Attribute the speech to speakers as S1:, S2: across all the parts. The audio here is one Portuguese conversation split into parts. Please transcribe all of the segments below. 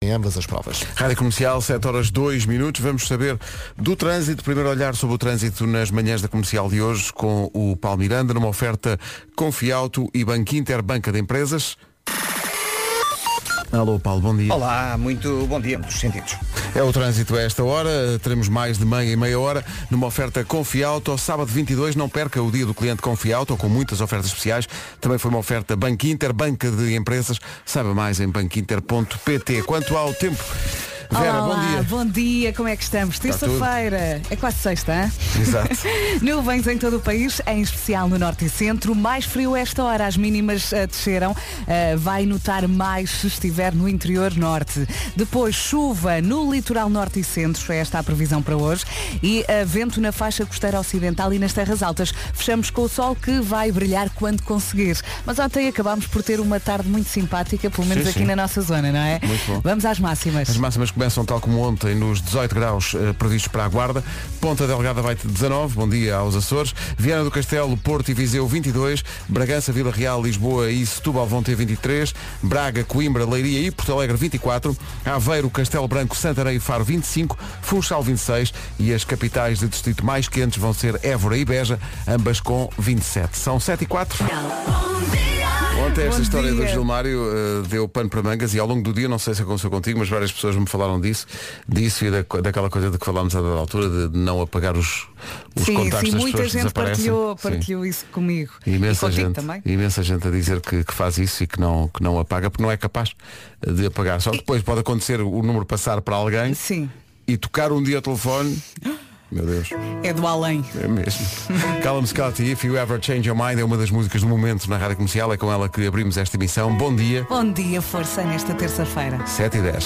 S1: em ambas as provas.
S2: Rádio Comercial, 7 horas 2 minutos. Vamos saber do trânsito. Primeiro olhar sobre o trânsito nas manhãs da comercial de hoje com o Paulo Miranda, numa oferta Confiauto e Banco Inter Banca de Empresas. Alô Paulo, bom dia.
S3: Olá, muito bom dia, muitos sentidos.
S2: É o trânsito a esta hora, teremos mais de meia e meia hora numa oferta Confiauto, sábado 22, não perca o dia do cliente Confiauto com muitas ofertas especiais. Também foi uma oferta Banco Inter, banca de empresas. Saiba mais em banquinter.pt. Quanto ao tempo, Vera,
S4: Olá,
S2: bom
S4: olá,
S2: dia.
S4: bom dia, como é que estamos? Terça-feira, é quase sexta, hã?
S2: Exato.
S4: Nuvens em todo o país, em especial no norte e centro. Mais frio esta hora, as mínimas eh, desceram. Eh, vai notar mais se estiver no interior norte. Depois, chuva no litoral norte e centro, é esta a previsão para hoje. E eh, vento na faixa costeira ocidental e nas terras altas. Fechamos com o sol que vai brilhar quando conseguir. Mas ontem acabámos por ter uma tarde muito simpática, pelo menos
S2: Sim,
S4: aqui
S2: sim.
S4: na nossa zona, não é?
S2: Muito bom.
S4: Vamos às máximas.
S2: As máximas começam tal como ontem nos 18 graus eh, previstos para a Guarda. Ponta Delgada vai ter 19, bom dia aos Açores. Viana do Castelo, Porto e Viseu 22. Bragança, Vila Real, Lisboa e Setúbal vão ter 23. Braga, Coimbra, Leiria e Porto Alegre 24. Aveiro, Castelo Branco, Santarém e Faro 25. Funchal 26. E as capitais de distrito mais quentes vão ser Évora e Beja, ambas com 27. São 7 e 4. Ontem esta
S4: Bom
S2: história do
S4: dia.
S2: Gilmário eh, deu pano para mangas e ao longo do dia, não sei se aconteceu contigo, mas várias pessoas me falaram disso, disso e da, co- daquela coisa de que falámos à dada altura de não apagar os, os
S4: Sim,
S2: contactos
S4: sim,
S2: das
S4: muita
S2: pessoas que
S4: gente
S2: desaparecem.
S4: partilhou,
S2: Sim.
S4: partilhou isso comigo. e
S2: Imensa
S4: contigo
S2: gente,
S4: também.
S2: imensa gente a dizer que, que faz isso e que não, que não apaga, porque não é capaz de apagar. Só que depois pode acontecer o número passar para alguém
S4: Sim,
S2: e tocar um dia o telefone. Meu Deus.
S4: é do além.
S2: É mesmo. Callum Scott e If You Ever Change Your Mind é uma das músicas do momento na rádio comercial. É com ela que abrimos esta emissão. Bom dia,
S4: Bom dia, força nesta terça-feira.
S2: 7 e 10.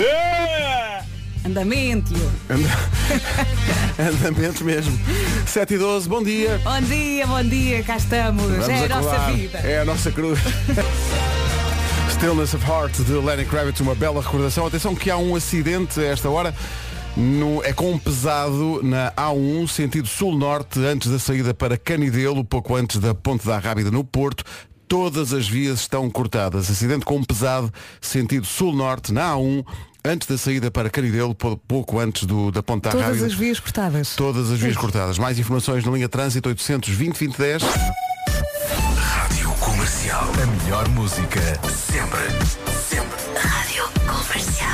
S4: Andamento.
S2: Andamento mesmo. 7 e 12, bom dia.
S4: Bom dia, bom dia, cá estamos. é a nossa
S2: acordar.
S4: vida.
S2: É a nossa cruz. Stillness of Heart de Lenny Kravitz, uma bela recordação. Atenção que há um acidente a esta hora. No, é com um pesado na A1, sentido sul-norte, antes da saída para Canidelo, pouco antes da Ponte da Rábida no Porto. Todas as vias estão cortadas. Acidente com um pesado, sentido sul-norte, na A1, antes da saída para Canidelo, pou- pouco antes do, da Ponte da
S4: Todas
S2: Rábida.
S4: as vias cortadas.
S2: Todas as vias cortadas. Mais informações na linha Trânsito 820 2010.
S5: Rádio Comercial. A melhor música sempre. Sempre.
S6: Rádio Comercial.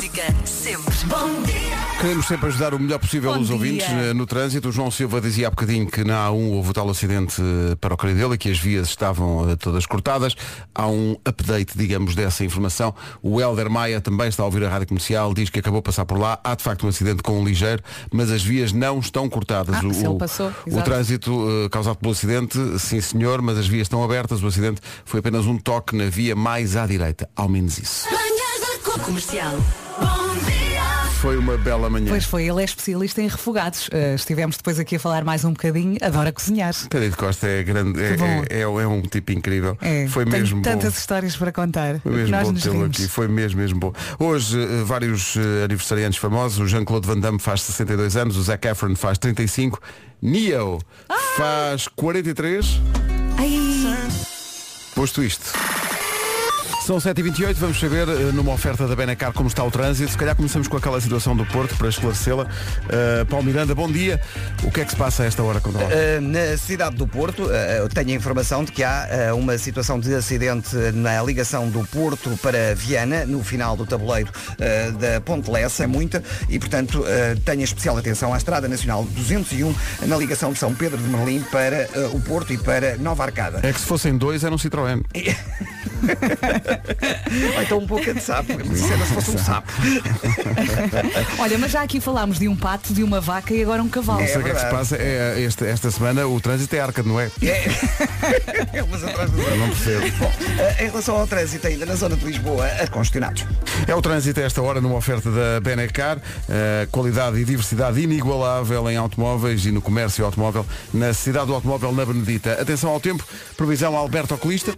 S6: Diga sempre. Bom dia.
S2: Queremos sempre ajudar o melhor possível
S4: Bom
S2: os
S4: dia.
S2: ouvintes eh, no trânsito. O João Silva dizia há bocadinho que na A1 houve o tal acidente eh, para o Caridelo e que as vias estavam eh, todas cortadas. Há um update, digamos, dessa informação. O Helder Maia também está a ouvir a rádio comercial, diz que acabou de passar por lá. Há de facto um acidente com um ligeiro, mas as vias não estão cortadas.
S4: Ah,
S2: o,
S4: se ele
S2: o-
S4: passou,
S2: o
S4: exato.
S2: trânsito eh, causado pelo acidente, sim senhor, mas as vias estão abertas. O acidente foi apenas um toque na via mais à direita. Ao menos isso.
S6: Manhãs da Co- Comercial. Bom dia.
S2: Foi uma bela manhã.
S4: Pois foi, ele é especialista em refogados. Uh, estivemos depois aqui a falar mais um bocadinho. Adora cozinhar.
S2: Cândido Costa é grande, é,
S4: Que bom.
S2: é, é- é um tipo incrível.
S4: É,
S2: Foi
S4: tenho
S2: mesmo bom.
S4: tantas histórias para contar.
S2: Foi mesmo
S4: Nós
S2: bom
S4: nos
S2: tê-lo
S4: rimos.
S2: aqui, foi mesmo, mesmo bom. Hoje, eh, vários eh, aniversariantes famosos, o Jean-Claude Van Damme faz 62 anos, o Zac Efron faz 35, Neo
S4: Ah!
S2: faz 43. Posto isto. São 7h28, vamos saber, eh, numa oferta da Benacar, como está o trânsito. Se calhar começamos com aquela situação do Porto, para esclarecê-la. Eh, Paulo Miranda, bom dia. O que é que se passa a esta hora contra nós?
S3: Uh, na cidade do Porto, uh, eu tenho a informação de que há uh, uma situação de acidente na ligação do Porto para Viana, no final do tabuleiro uh, da Ponte Lessa, é muita, e portanto uh, tenha especial atenção à Estrada Nacional 201, na ligação de São Pedro de Merlim para uh, o Porto e para Nova Arcada.
S2: É que se fossem dois, era um Citroën.
S3: Ou então um pouco de sapo, como se era se fosse um sapo.
S4: Olha, mas já aqui falámos de um pato, de uma vaca e agora um cavalo.
S2: Não sei o que é que se
S3: verdade.
S2: passa. É, este- esta semana o trânsito é arca, não é?
S3: É, é umas atrás das
S2: Eu
S3: outras.
S2: não percebo.
S3: Bom, uh, em relação ao trânsito ainda na zona de Lisboa, a congestionados.
S2: É o trânsito a esta hora numa oferta da Benecar. eh, qualidade e diversidade inigualável em automóveis e no comércio automóvel na cidade do automóvel na Benedita. Atenção ao tempo. Previsão Alberto Oculista.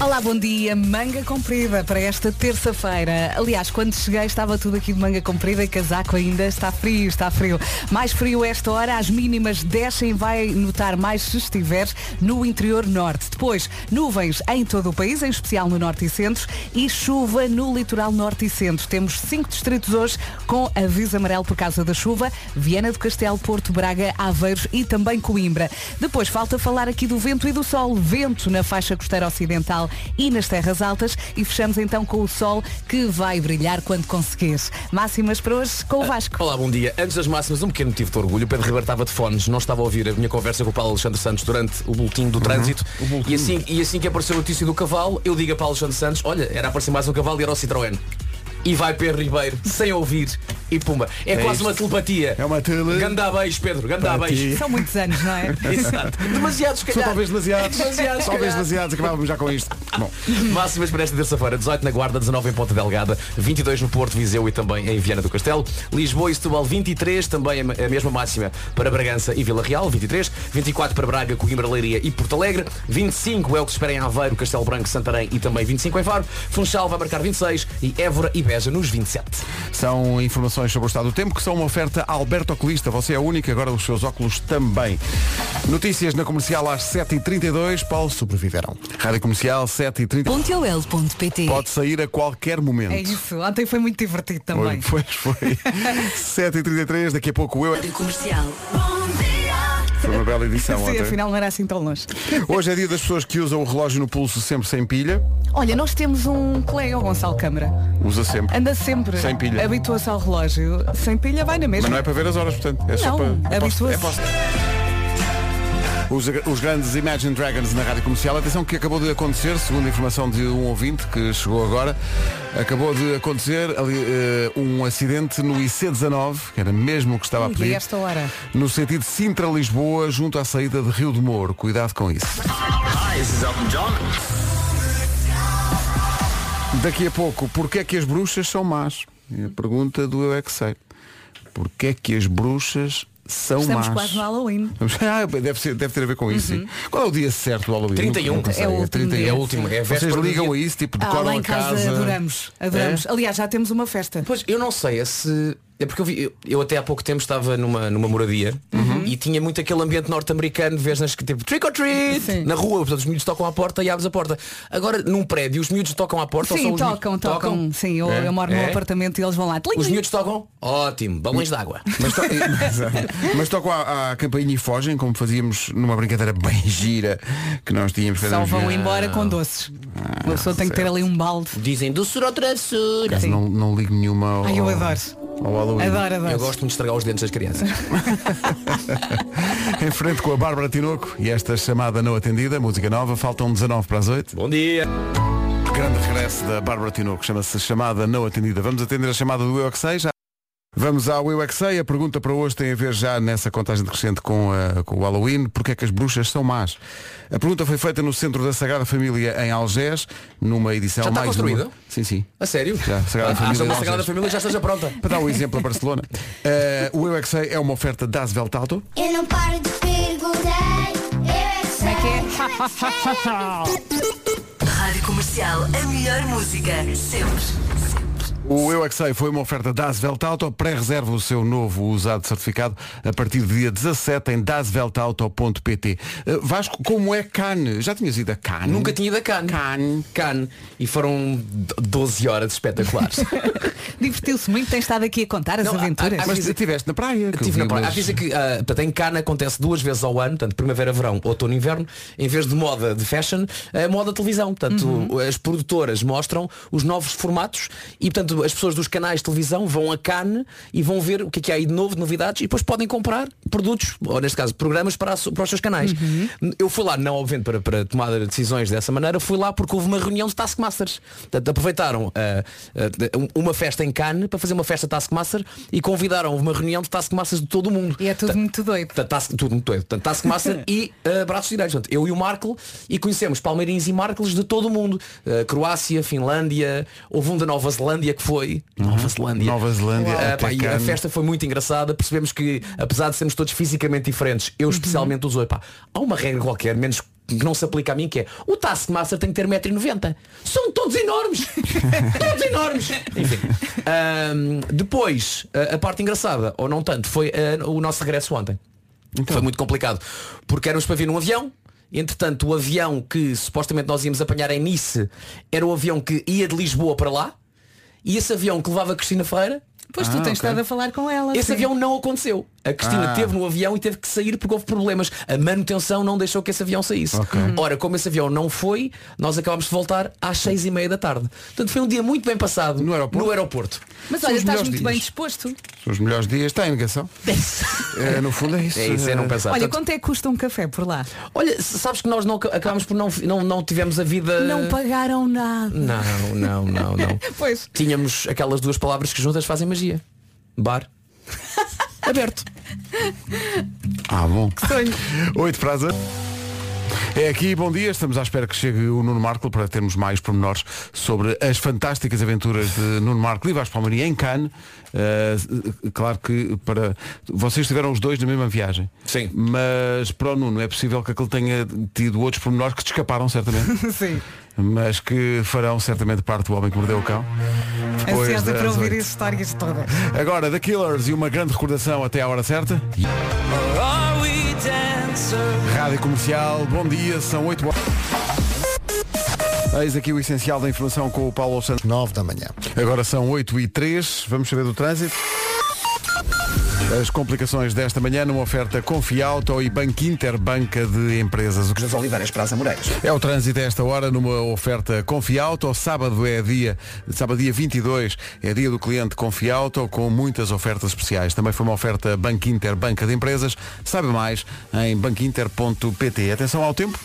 S4: Olá, bom dia. Manga comprida para esta terça-feira. Aliás, quando cheguei estava tudo aqui de manga comprida, casaco ainda, está frio, está frio. Mais frio esta hora, as mínimas descem, vai notar mais se estiveres no interior norte. Depois, nuvens em todo o país, em especial no norte e centro, e chuva no litoral norte e centro. Temos cinco distritos hoje com aviso amarelo por causa da chuva, Viana do Castelo, Porto Braga, Aveiros e também Coimbra. Depois, falta falar aqui do vento e do sol. Vento na faixa costeira ocidental e nas terras altas e fechamos então com o sol que vai brilhar quando conseguires. Máximas para hoje com o Vasco.
S1: Olá, bom dia. Antes das máximas, um pequeno motivo de orgulho. O Pedro Ribeiro estava de fones, não estava a ouvir a minha conversa com o Paulo Alexandre Santos durante o boletim do
S2: Uhum.
S1: trânsito. E, assim, e assim que apareceu a notícia do cavalo, eu digo a Paulo Alexandre Santos, olha, era a aparecer mais um cavalo e era o Citroën. E vai Pedro Ribeiro, sem ouvir, e pumba. É, quase uma telepatia.
S2: É uma tele-
S1: Ganda beijo, Pedro, ganda beijo.
S4: São muitos anos, não é?
S1: Exato. Demasiados, se
S2: São
S1: calhar.
S2: talvez demasiados.
S1: Demasiados,
S2: talvez
S1: se calhar.
S2: demasiados. Acabávamos já com isto. Bom,
S1: Máximas para esta terça-feira, 18 na Guarda, 19 em Ponta Delgada, 22 no Porto, Viseu e também em Viana do Castelo. Lisboa e Setúbal, 23, também a a mesma máxima para Bragança e Vila Real, 23. 24 para Braga, Coimbra, Leiria e Porto Alegre. 25 é o que se espera em Aveiro, Castelo Branco, Santarém e também 25 em Faro. Funchal vai marcar 26 e Évora e Beja nos 27.
S2: são informações sobre o estado do tempo que são uma oferta a Alberto Oculista. Você é a única, agora os seus óculos também. Notícias na comercial às 7h32. Paulo, sobreviverão. Rádio Comercial, 7h30.
S6: Pontiol.pt
S2: Pode sair a qualquer momento.
S4: É isso. Ontem foi muito divertido
S2: Foi,
S4: também.
S2: pois foi. 7h33, daqui a pouco eu.
S6: Rádio Comercial. Bom dia.
S2: Foi uma bela edição
S4: Sim,
S2: ontem.
S4: afinal não era assim tão longe.
S2: Hoje é dia das pessoas que usam o relógio no pulso sempre sem pilha.
S4: Olha, nós temos um colega, o Gonçalo Câmara.
S2: Usa sempre.
S4: Anda sempre.
S2: Sem pilha.
S4: Habitua-se ao relógio. Sem pilha vai na mesma.
S2: Mas não é para ver as horas, portanto. É só
S4: Não,
S2: para. é para-
S4: habitua-se.
S2: é para- Os, os grandes Imagine Dragons na rádio comercial. Atenção que acabou de acontecer, segundo a informação de um ouvinte que chegou agora, acabou de acontecer ali, eh, um acidente no IC19, que era mesmo o que estava a
S4: Ui,
S2: pedir.
S4: a esta hora.
S2: No sentido Sintra-Lisboa, junto à saída de Rio de Moro. Cuidado com isso. Daqui a pouco, porquê é que as bruxas são más? É a pergunta do Eu É Que Sei. Porquê é que as bruxas são
S4: Estamos
S2: más?
S4: quase no Halloween.
S2: Vamos- Ah, deve, ser- deve ter a ver com isso, sim. Qual é o dia certo do Halloween?
S1: 31.
S2: Nunca sei.
S4: Uhum. É o último dia. É o
S1: último, é a
S2: um. Vocês
S1: véspera do
S2: ligam
S1: dia.
S2: a isso, tipo,
S4: Ah,
S2: decoram
S4: lá
S2: a
S4: em casa,
S2: casa. É?
S4: adoramos. Adoramos. Aliás, já temos uma festa.
S1: Pois, eu não sei, é se... É porque eu, vi- eu- eu até há pouco tempo estava numa, numa moradia
S4: Uhum.
S1: e tinha muito aquele ambiente norte-americano, de vez nas que tipo trick or treat,
S4: Sim.
S1: na rua, portanto, os miúdos tocam à porta e abres a porta. Agora, num prédio, os miúdos tocam à
S2: então
S1: porta ou
S4: Sim,
S1: são os
S4: tocam, tocam,
S1: miúdos-
S4: Sim, eu,
S2: É?
S4: eu moro num
S1: É?
S4: apartamento e eles vão lá.
S1: Os miúdos tocam? Ótimo, balões de água.
S2: Mas, to... Mas tocam à, à campainha e fogem, como fazíamos numa brincadeira bem gira que nós tínhamos. que
S4: Só
S2: fazíamos
S4: vão
S2: gira.
S4: embora com doces. Uma pessoa tem que ter ali um balde.
S1: Dizem doçura ou travessura.
S2: Mas
S4: Sim.
S2: Não, não ligo nenhuma ao,
S4: Ai, eu adoro.
S2: ao Halloween.
S4: Adoro, adoro.
S1: Eu gosto muito de estragar os dentes das crianças.
S2: Em frente com a Bárbara Tinoco e esta chamada não atendida, música nova, faltam 19 para as 8.
S1: Bom dia.
S2: Grande regresso da Bárbara Tinoco, chama-se chamada não atendida. Vamos atender a chamada do Eu É Que Sei já. Vamos ao Eu É Que Sei. A pergunta para hoje tem a ver já nessa contagem decrescente com, a- com o Halloween. Porquê é que as bruxas são más? A pergunta foi feita no Centro da Sagrada Família em Algés, numa edição
S1: Já está
S2: mais... numa-
S1: construída?
S2: Sim, sim.
S1: A sério?
S2: Já, Sagrada Família
S1: Ah, já uma
S2: de
S1: Sagrada
S2: Algés.
S1: Família já esteja pronta.
S2: Para dar um exemplo a Barcelona, eh, o Eu É Que Sei é uma oferta das Veltato.
S7: Eu não paro de perguntar. Eu é que sei.
S4: Como é que é?
S7: eu que
S6: é
S7: sei.
S6: Rádio Comercial. A melhor música. Sempre.
S2: O Eu é Que Sei foi uma oferta da Asveltauto. Pré-reserva o seu novo usado certificado a partir do dia 17 em dasveltauto.pt. Eh, Vasco, como é Cannes? Já tinhas ido a Cannes?
S1: Nunca tinha ido a Cannes.
S2: Cannes.
S1: Cannes. E foram d- 12 horas espetaculares.
S4: Divertiu-se muito, tem estado aqui a contar as
S1: Não, há-
S4: aventuras.
S1: há-
S2: ah, Mas estiveste na praia. que eu
S1: Estive na
S2: vi
S1: praia.
S2: umas-
S1: Avisa que ah, portanto, em Cana acontece duas vezes ao ano, portanto, primavera, verão, outono, inverno, em vez de moda de fashion, é moda televisão. Portanto, as produtoras mostram os novos formatos e, portanto, as pessoas dos canais de televisão vão a Cannes e vão ver o que é que há aí de novo, de novidades, e depois podem comprar produtos, ou neste caso, programas para, a su- para os seus canais. Eu fui lá, não obviamente para, para tomar decisões dessa maneira, fui lá porque houve uma reunião de Taskmasters. Portanto, aproveitaram ah, ah, de- um- uma festa em Cannes para fazer uma festa Taskmaster e convidaram uma reunião de Taskmasters de todo o mundo.
S4: E é
S2: tá-
S4: tudo
S1: Ta-
S4: muito doido.
S1: Portanto, task, tudo muito doido. Portanto, Taskmaster e uh, braços direitos. Portanto, eu e o Marco e conhecemos palmeirinhos e Marcos de todo o mundo. Uh, Croácia, Finlândia, houve um da Nova Zelândia que foi. Nova Zelândia.
S2: Nova Zelândia,
S1: Uh,
S2: até
S1: pá, e a
S2: Cannes.
S1: festa foi muito engraçada. Percebemos que, apesar de sermos todos fisicamente diferentes, eu especialmente os oito, pá, há uma regra qualquer, menos que não se aplica a mim, que é o Taskmaster tem que ter 1,90m. São todos enormes! todos enormes! Enfim. Ahm, depois, a, a parte engraçada, ou não tanto, foi ah, o nosso regresso ontem.
S2: Então.
S1: Foi muito complicado. Porque éramos para vir num avião. Entretanto, o avião que supostamente nós íamos apanhar em Nice era o avião que ia de Lisboa para lá. E esse avião que levava a Cristina Ferreira
S4: Pois tu
S2: Ah,
S4: tens
S2: ok. é
S4: estado a falar com ela.
S1: esse
S4: Ah, sim.
S2: um-
S1: avião não aconteceu. A Cristina
S2: Ah.
S1: teve no avião e teve que sair porque houve problemas. A manutenção não deixou que esse avião saísse.
S2: Ok.
S4: Uhum.
S1: Ora, como esse avião não foi, nós acabámos de voltar às seis e meia da tarde. Portanto, foi um dia muito bem passado
S2: No aeroporto?
S1: no aeroporto.
S4: Mas
S2: São
S4: olha,
S2: os
S4: estás
S2: melhores
S4: muito
S2: dias.
S4: bem disposto.
S2: Os melhores dias. Está em negação. É, no fundo é isso.
S1: É isso, é não pensar.
S4: Olha,
S1: Portanto,
S4: quanto é que custa um café por lá?
S1: olha, s- sabes que nós não ac- acabámos por não, não, não tivemos a
S2: Eh,
S1: vida.
S4: Não pagaram nada.
S1: não, não, não, não.
S4: Pois.
S1: Tínhamos aquelas duas palavras que juntas fazem magia. Bar. Aberto.
S2: Ah, bom.
S4: Sonho.
S2: Oito para as oito. É aqui, bom dia. Estamos à espera que chegue o Nuno Marco para termos mais pormenores sobre as fantásticas aventuras de Nuno Marco e Vasco Palmeirinho em Cannes. Eh, claro que para vocês tiveram os dois na mesma viagem.
S1: Sim.
S2: Mas para o Nuno é possível que aquele tenha tido outros pormenores que te escaparam, certamente.
S4: Sim.
S2: mas que farão certamente parte do Homem que Mordeu o Cão. Depois
S4: Ansiosa
S2: das
S4: É para ouvir
S2: oito.
S4: as histórias todas.
S2: Agora, The Killers e uma grande recordação até à hora certa. Rádio Comercial, bom dia, são 8 horas. Eis aqui o essencial da informação com o Paulo Santos.
S8: 9 da manhã.
S2: Agora são 8 e 3, vamos saber do trânsito. As complicações desta manhã numa oferta Confiauto e Banco Inter, banca de empresas. O que
S3: José Oliveiras Praza Moreiras.
S2: é o trânsito a esta hora numa oferta Confiauto. Sábado é dia, sábado dia 22 é dia do cliente Confiauto com muitas ofertas especiais. Também foi uma oferta Banco Inter, banca de empresas. Sabe mais em banquinter.pt. Atenção ao tempo.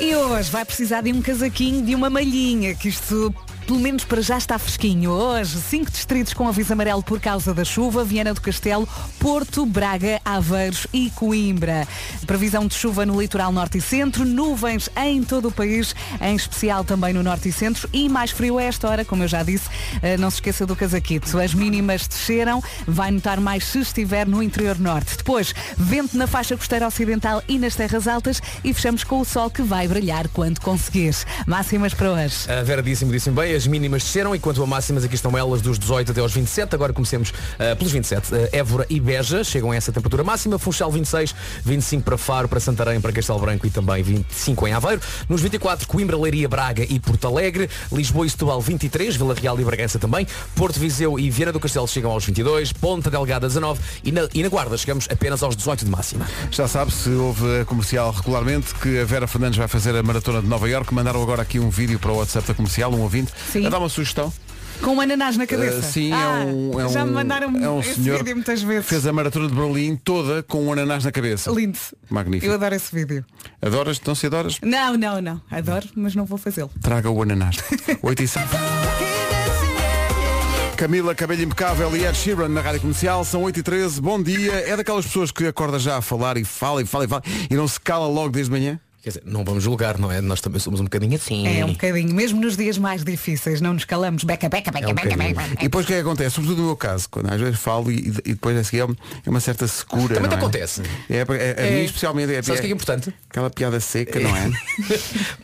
S4: E hoje vai precisar de um casaquinho, de uma malhinha, que isto pelo menos para já está fresquinho. Hoje, cinco distritos com aviso amarelo por causa da chuva, Viana do Castelo, Porto, Braga, Aveiros e Coimbra. Previsão de chuva no litoral norte e centro, nuvens em todo o país, em especial também no norte e centro, e mais frio a esta hora, como eu já disse, eh, não se esqueça do casaquito. As mínimas desceram, vai notar mais se estiver no interior norte. Depois, vento na faixa costeira ocidental e nas terras altas e fechamos com o sol que vai brilhar quando conseguires. Máximas para hoje.
S1: A Vera disse muitíssimo bem, as mínimas desceram, enquanto a máximas aqui estão elas dos 18 até aos 27. Agora comecemos ah, pelos 27. Ah, Évora e Beja chegam a essa temperatura máxima. Funchal 26, 25 para Faro, para Santarém, para Castelo Branco e também 25 em Aveiro. Nos 24, Coimbra, Leiria, Braga e Porto Alegre. Lisboa e Setúbal 23, Vila Real e Bragança também. Porto Viseu e Vieira do Castelo chegam aos 22, Ponta Delgada 19 e na, e na Guarda chegamos apenas aos 18 de máxima.
S2: Já sabe, se houve a comercial regularmente, que a Vera Fernandes vai fazer a maratona de Nova Iorque. Mandaram agora aqui um vídeo para o WhatsApp da comercial, um ouvinte,
S4: Sim.
S2: a dar uma sugestão.
S4: Com um ananás na cabeça.
S2: Uh, sim,
S4: Ah,
S2: é um, é
S4: já me
S2: um-
S4: mandaram
S2: é um
S4: esse
S2: senhor
S4: vídeo muitas vezes.
S2: Fez a maratona de Berlim toda com um ananás na cabeça.
S4: Lindo.
S2: Magnífico.
S4: Eu adoro esse vídeo.
S2: Adoras? Então se adoras,
S4: Não, não, não. Adoro, mas não vou fazê-lo.
S2: traga o ananás. 8 e 7. Camila, cabelo impecável e Ed Sheeran na Rádio Comercial, são 8 e 13 bom dia. É daquelas pessoas que acorda já a falar e fala e fala e fala e não se cala logo desde manhã?
S1: Quer dizer, não vamos julgar, não é? Nós também somos um bocadinho assim.
S4: É um bocadinho. Mesmo nos dias mais difíceis, não nos calamos. Beca, beca, beca,
S1: É um
S4: beca,
S1: bocadinho.
S4: beca.
S2: E depois o que é que acontece? Sobretudo no meu caso, quando às vezes falo e, e depois a seguir é uma- é uma certa secura.
S1: Também te
S2: não é?
S1: acontece.
S2: É, é- a
S1: É.
S2: mim especialmente é,
S1: Sabes o que é importante?
S2: Aquela piada seca, não é?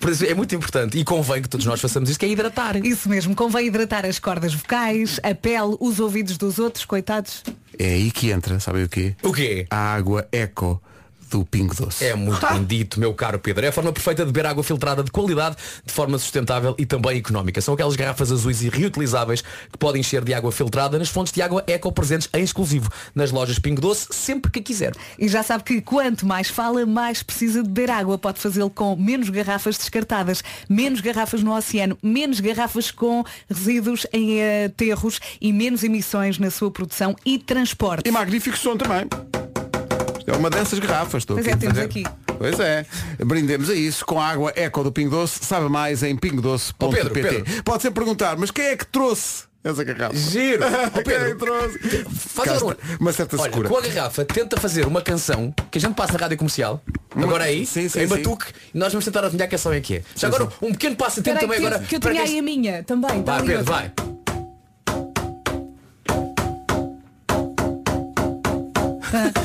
S1: Por isso é muito importante e convém que todos nós façamos isso, que é hidratar.
S4: Isso mesmo, convém hidratar as cordas vocais, a pele, os ouvidos dos outros, coitados.
S2: É aí que entra, sabe o quê?
S1: O quê? Ah,
S2: A água eco do Pingo Doce.
S1: É muito bem dito, meu caro Pedro. É a forma perfeita de beber água filtrada de qualidade, de forma sustentável e também económica. São aquelas garrafas azuis e reutilizáveis que podem encher de água filtrada nas fontes de água eco presentes em exclusivo nas lojas Pingo Doce sempre que quiser.
S4: E já sabe que quanto mais fala, mais precisa de beber água. Pode fazê-lo com menos garrafas descartadas, menos garrafas no oceano, menos garrafas com resíduos em eh, aterros e menos emissões na sua produção e transporte.
S2: E magnífico som também. Isto É uma dessas garrafas, estou
S4: Pois
S2: aqui
S4: é,
S2: a
S4: temos
S2: fazer.
S4: aqui.
S2: Pois é, brindemos a isso com a água eco do Pingo Doce, sabe mais em
S1: Oh, Pedro,
S2: pingodoce.pt.
S1: Pedro.
S2: Pode sempre perguntar, mas quem é que trouxe essa garrafa?
S1: Giro. Oh,
S2: Quem é que
S1: Pedro.
S2: trouxe?
S1: Faz
S2: Cá
S1: agora
S2: está,
S1: uma-
S2: uma certa
S1: Olha,
S2: secura.
S1: com a garrafa, tenta fazer uma canção que a gente passa na rádio comercial, agora aí,
S2: Sim, sim,
S1: em
S2: sim.
S1: Batuque, e nós vamos tentar adivinhar que canção é que é. Já
S2: Sim,
S1: agora um pequeno passatempo
S4: Espera aí
S1: também
S4: que,
S1: agora.
S4: que eu
S1: para
S4: tinha
S1: quem-
S4: aí a minha também. Está
S1: Vai,
S4: ali
S1: Pedro,
S4: outra.
S1: vai.
S4: Tá,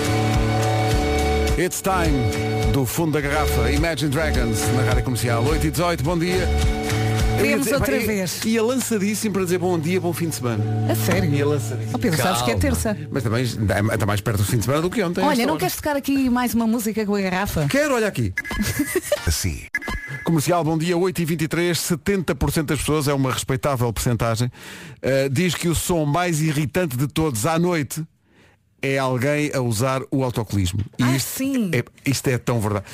S2: It's time do fundo da garrafa Imagine Dragons na rádio comercial 8 e 18, bom dia. Eu ia
S4: Queremos
S2: dizer,
S4: outra
S2: pá,
S4: vez.
S2: Ia, ia lançadíssimo para dizer bom dia, bom fim de semana.
S4: A sério?
S2: Ia lançadíssimo.
S4: Oh, Pedro, sabes que é
S1: Calma.
S4: terça.
S2: Mas também está está mais perto do fim de semana do que ontem.
S4: Olha,
S2: esta
S4: não
S2: hora.
S4: queres tocar aqui mais uma música com a garrafa?
S2: Quero, olha aqui.
S5: Assim.
S2: Comercial, bom dia, 8 e 23 70% das pessoas, é uma respeitável percentagem, eh, diz que o som mais irritante de todos à noite é alguém a usar o autocolismo. E
S4: Ah,
S2: isto,
S4: sim.
S2: É, isto é tão verdade.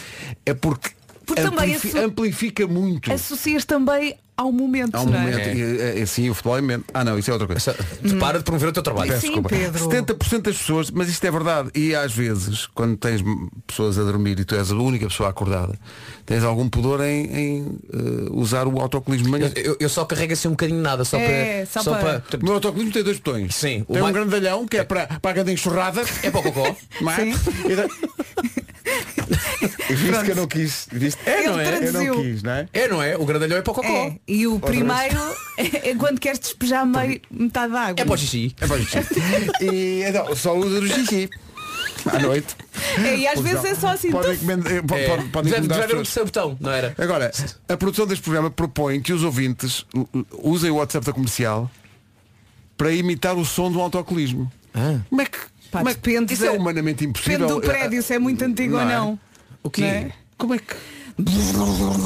S2: É porque,
S4: Porque também
S2: amplifi-
S4: isso-
S2: amplifica muito.
S4: Associas também ao momento,
S2: Há um
S4: não é?
S2: momento, e, e, assim, o futebol é momento. Ah não, isso é outra coisa.
S1: Para de promover o teu trabalho.
S4: Hum. Sim, Pedro.
S2: 70% das pessoas, mas isto é verdade, e às vezes, quando tens m- pessoas a dormir e tu és a única pessoa acordada, tens algum pudor em, em, eh, usar o autocolismo de manhã.
S1: Eu, eu- eu só carrego assim um bocadinho nada, só
S4: É,
S1: para.
S4: só
S1: só
S4: para-
S1: para-
S2: O meu autocolismo tem dois botões.
S1: Sim, o
S2: Tem um
S1: mais-
S2: grandalhão que é para, para a grande enxurrada.
S1: É para o cocó.
S2: não é? E da- E Viste É que eu não quis. Viste? É,
S4: Ele
S2: não é? Eu não
S4: traduziu.
S2: quis, não é?
S1: É, não é? O grandalhão é para o cocó.
S4: É, e o primeiro é quando queres despejar meio, metade da água.
S1: É para o xixi.
S2: É para isto. E então, só usa o xixi. À noite.
S4: É, e às vezes é só assim.
S2: Podem
S4: tuf.
S2: encomendar- eh, po-
S1: É.
S2: po- podem
S1: Deve-
S2: encomendar
S1: deve
S2: as
S1: haver um
S2: pessoas.
S1: terceiro botão, não era?
S2: Agora, a produção deste programa propõe que os ouvintes uh, uh, usem o WhatsApp da comercial para imitar o som do autocolismo.
S1: Ah.
S2: Como é que.
S4: Pá,
S2: como é que-
S4: depende
S2: isso é
S4: da-
S2: humanamente impossível.
S4: Depende do prédio, se é muito antigo
S2: Não
S4: ou
S2: é?
S4: não.
S1: O quê?
S4: Não é?
S2: Como é que.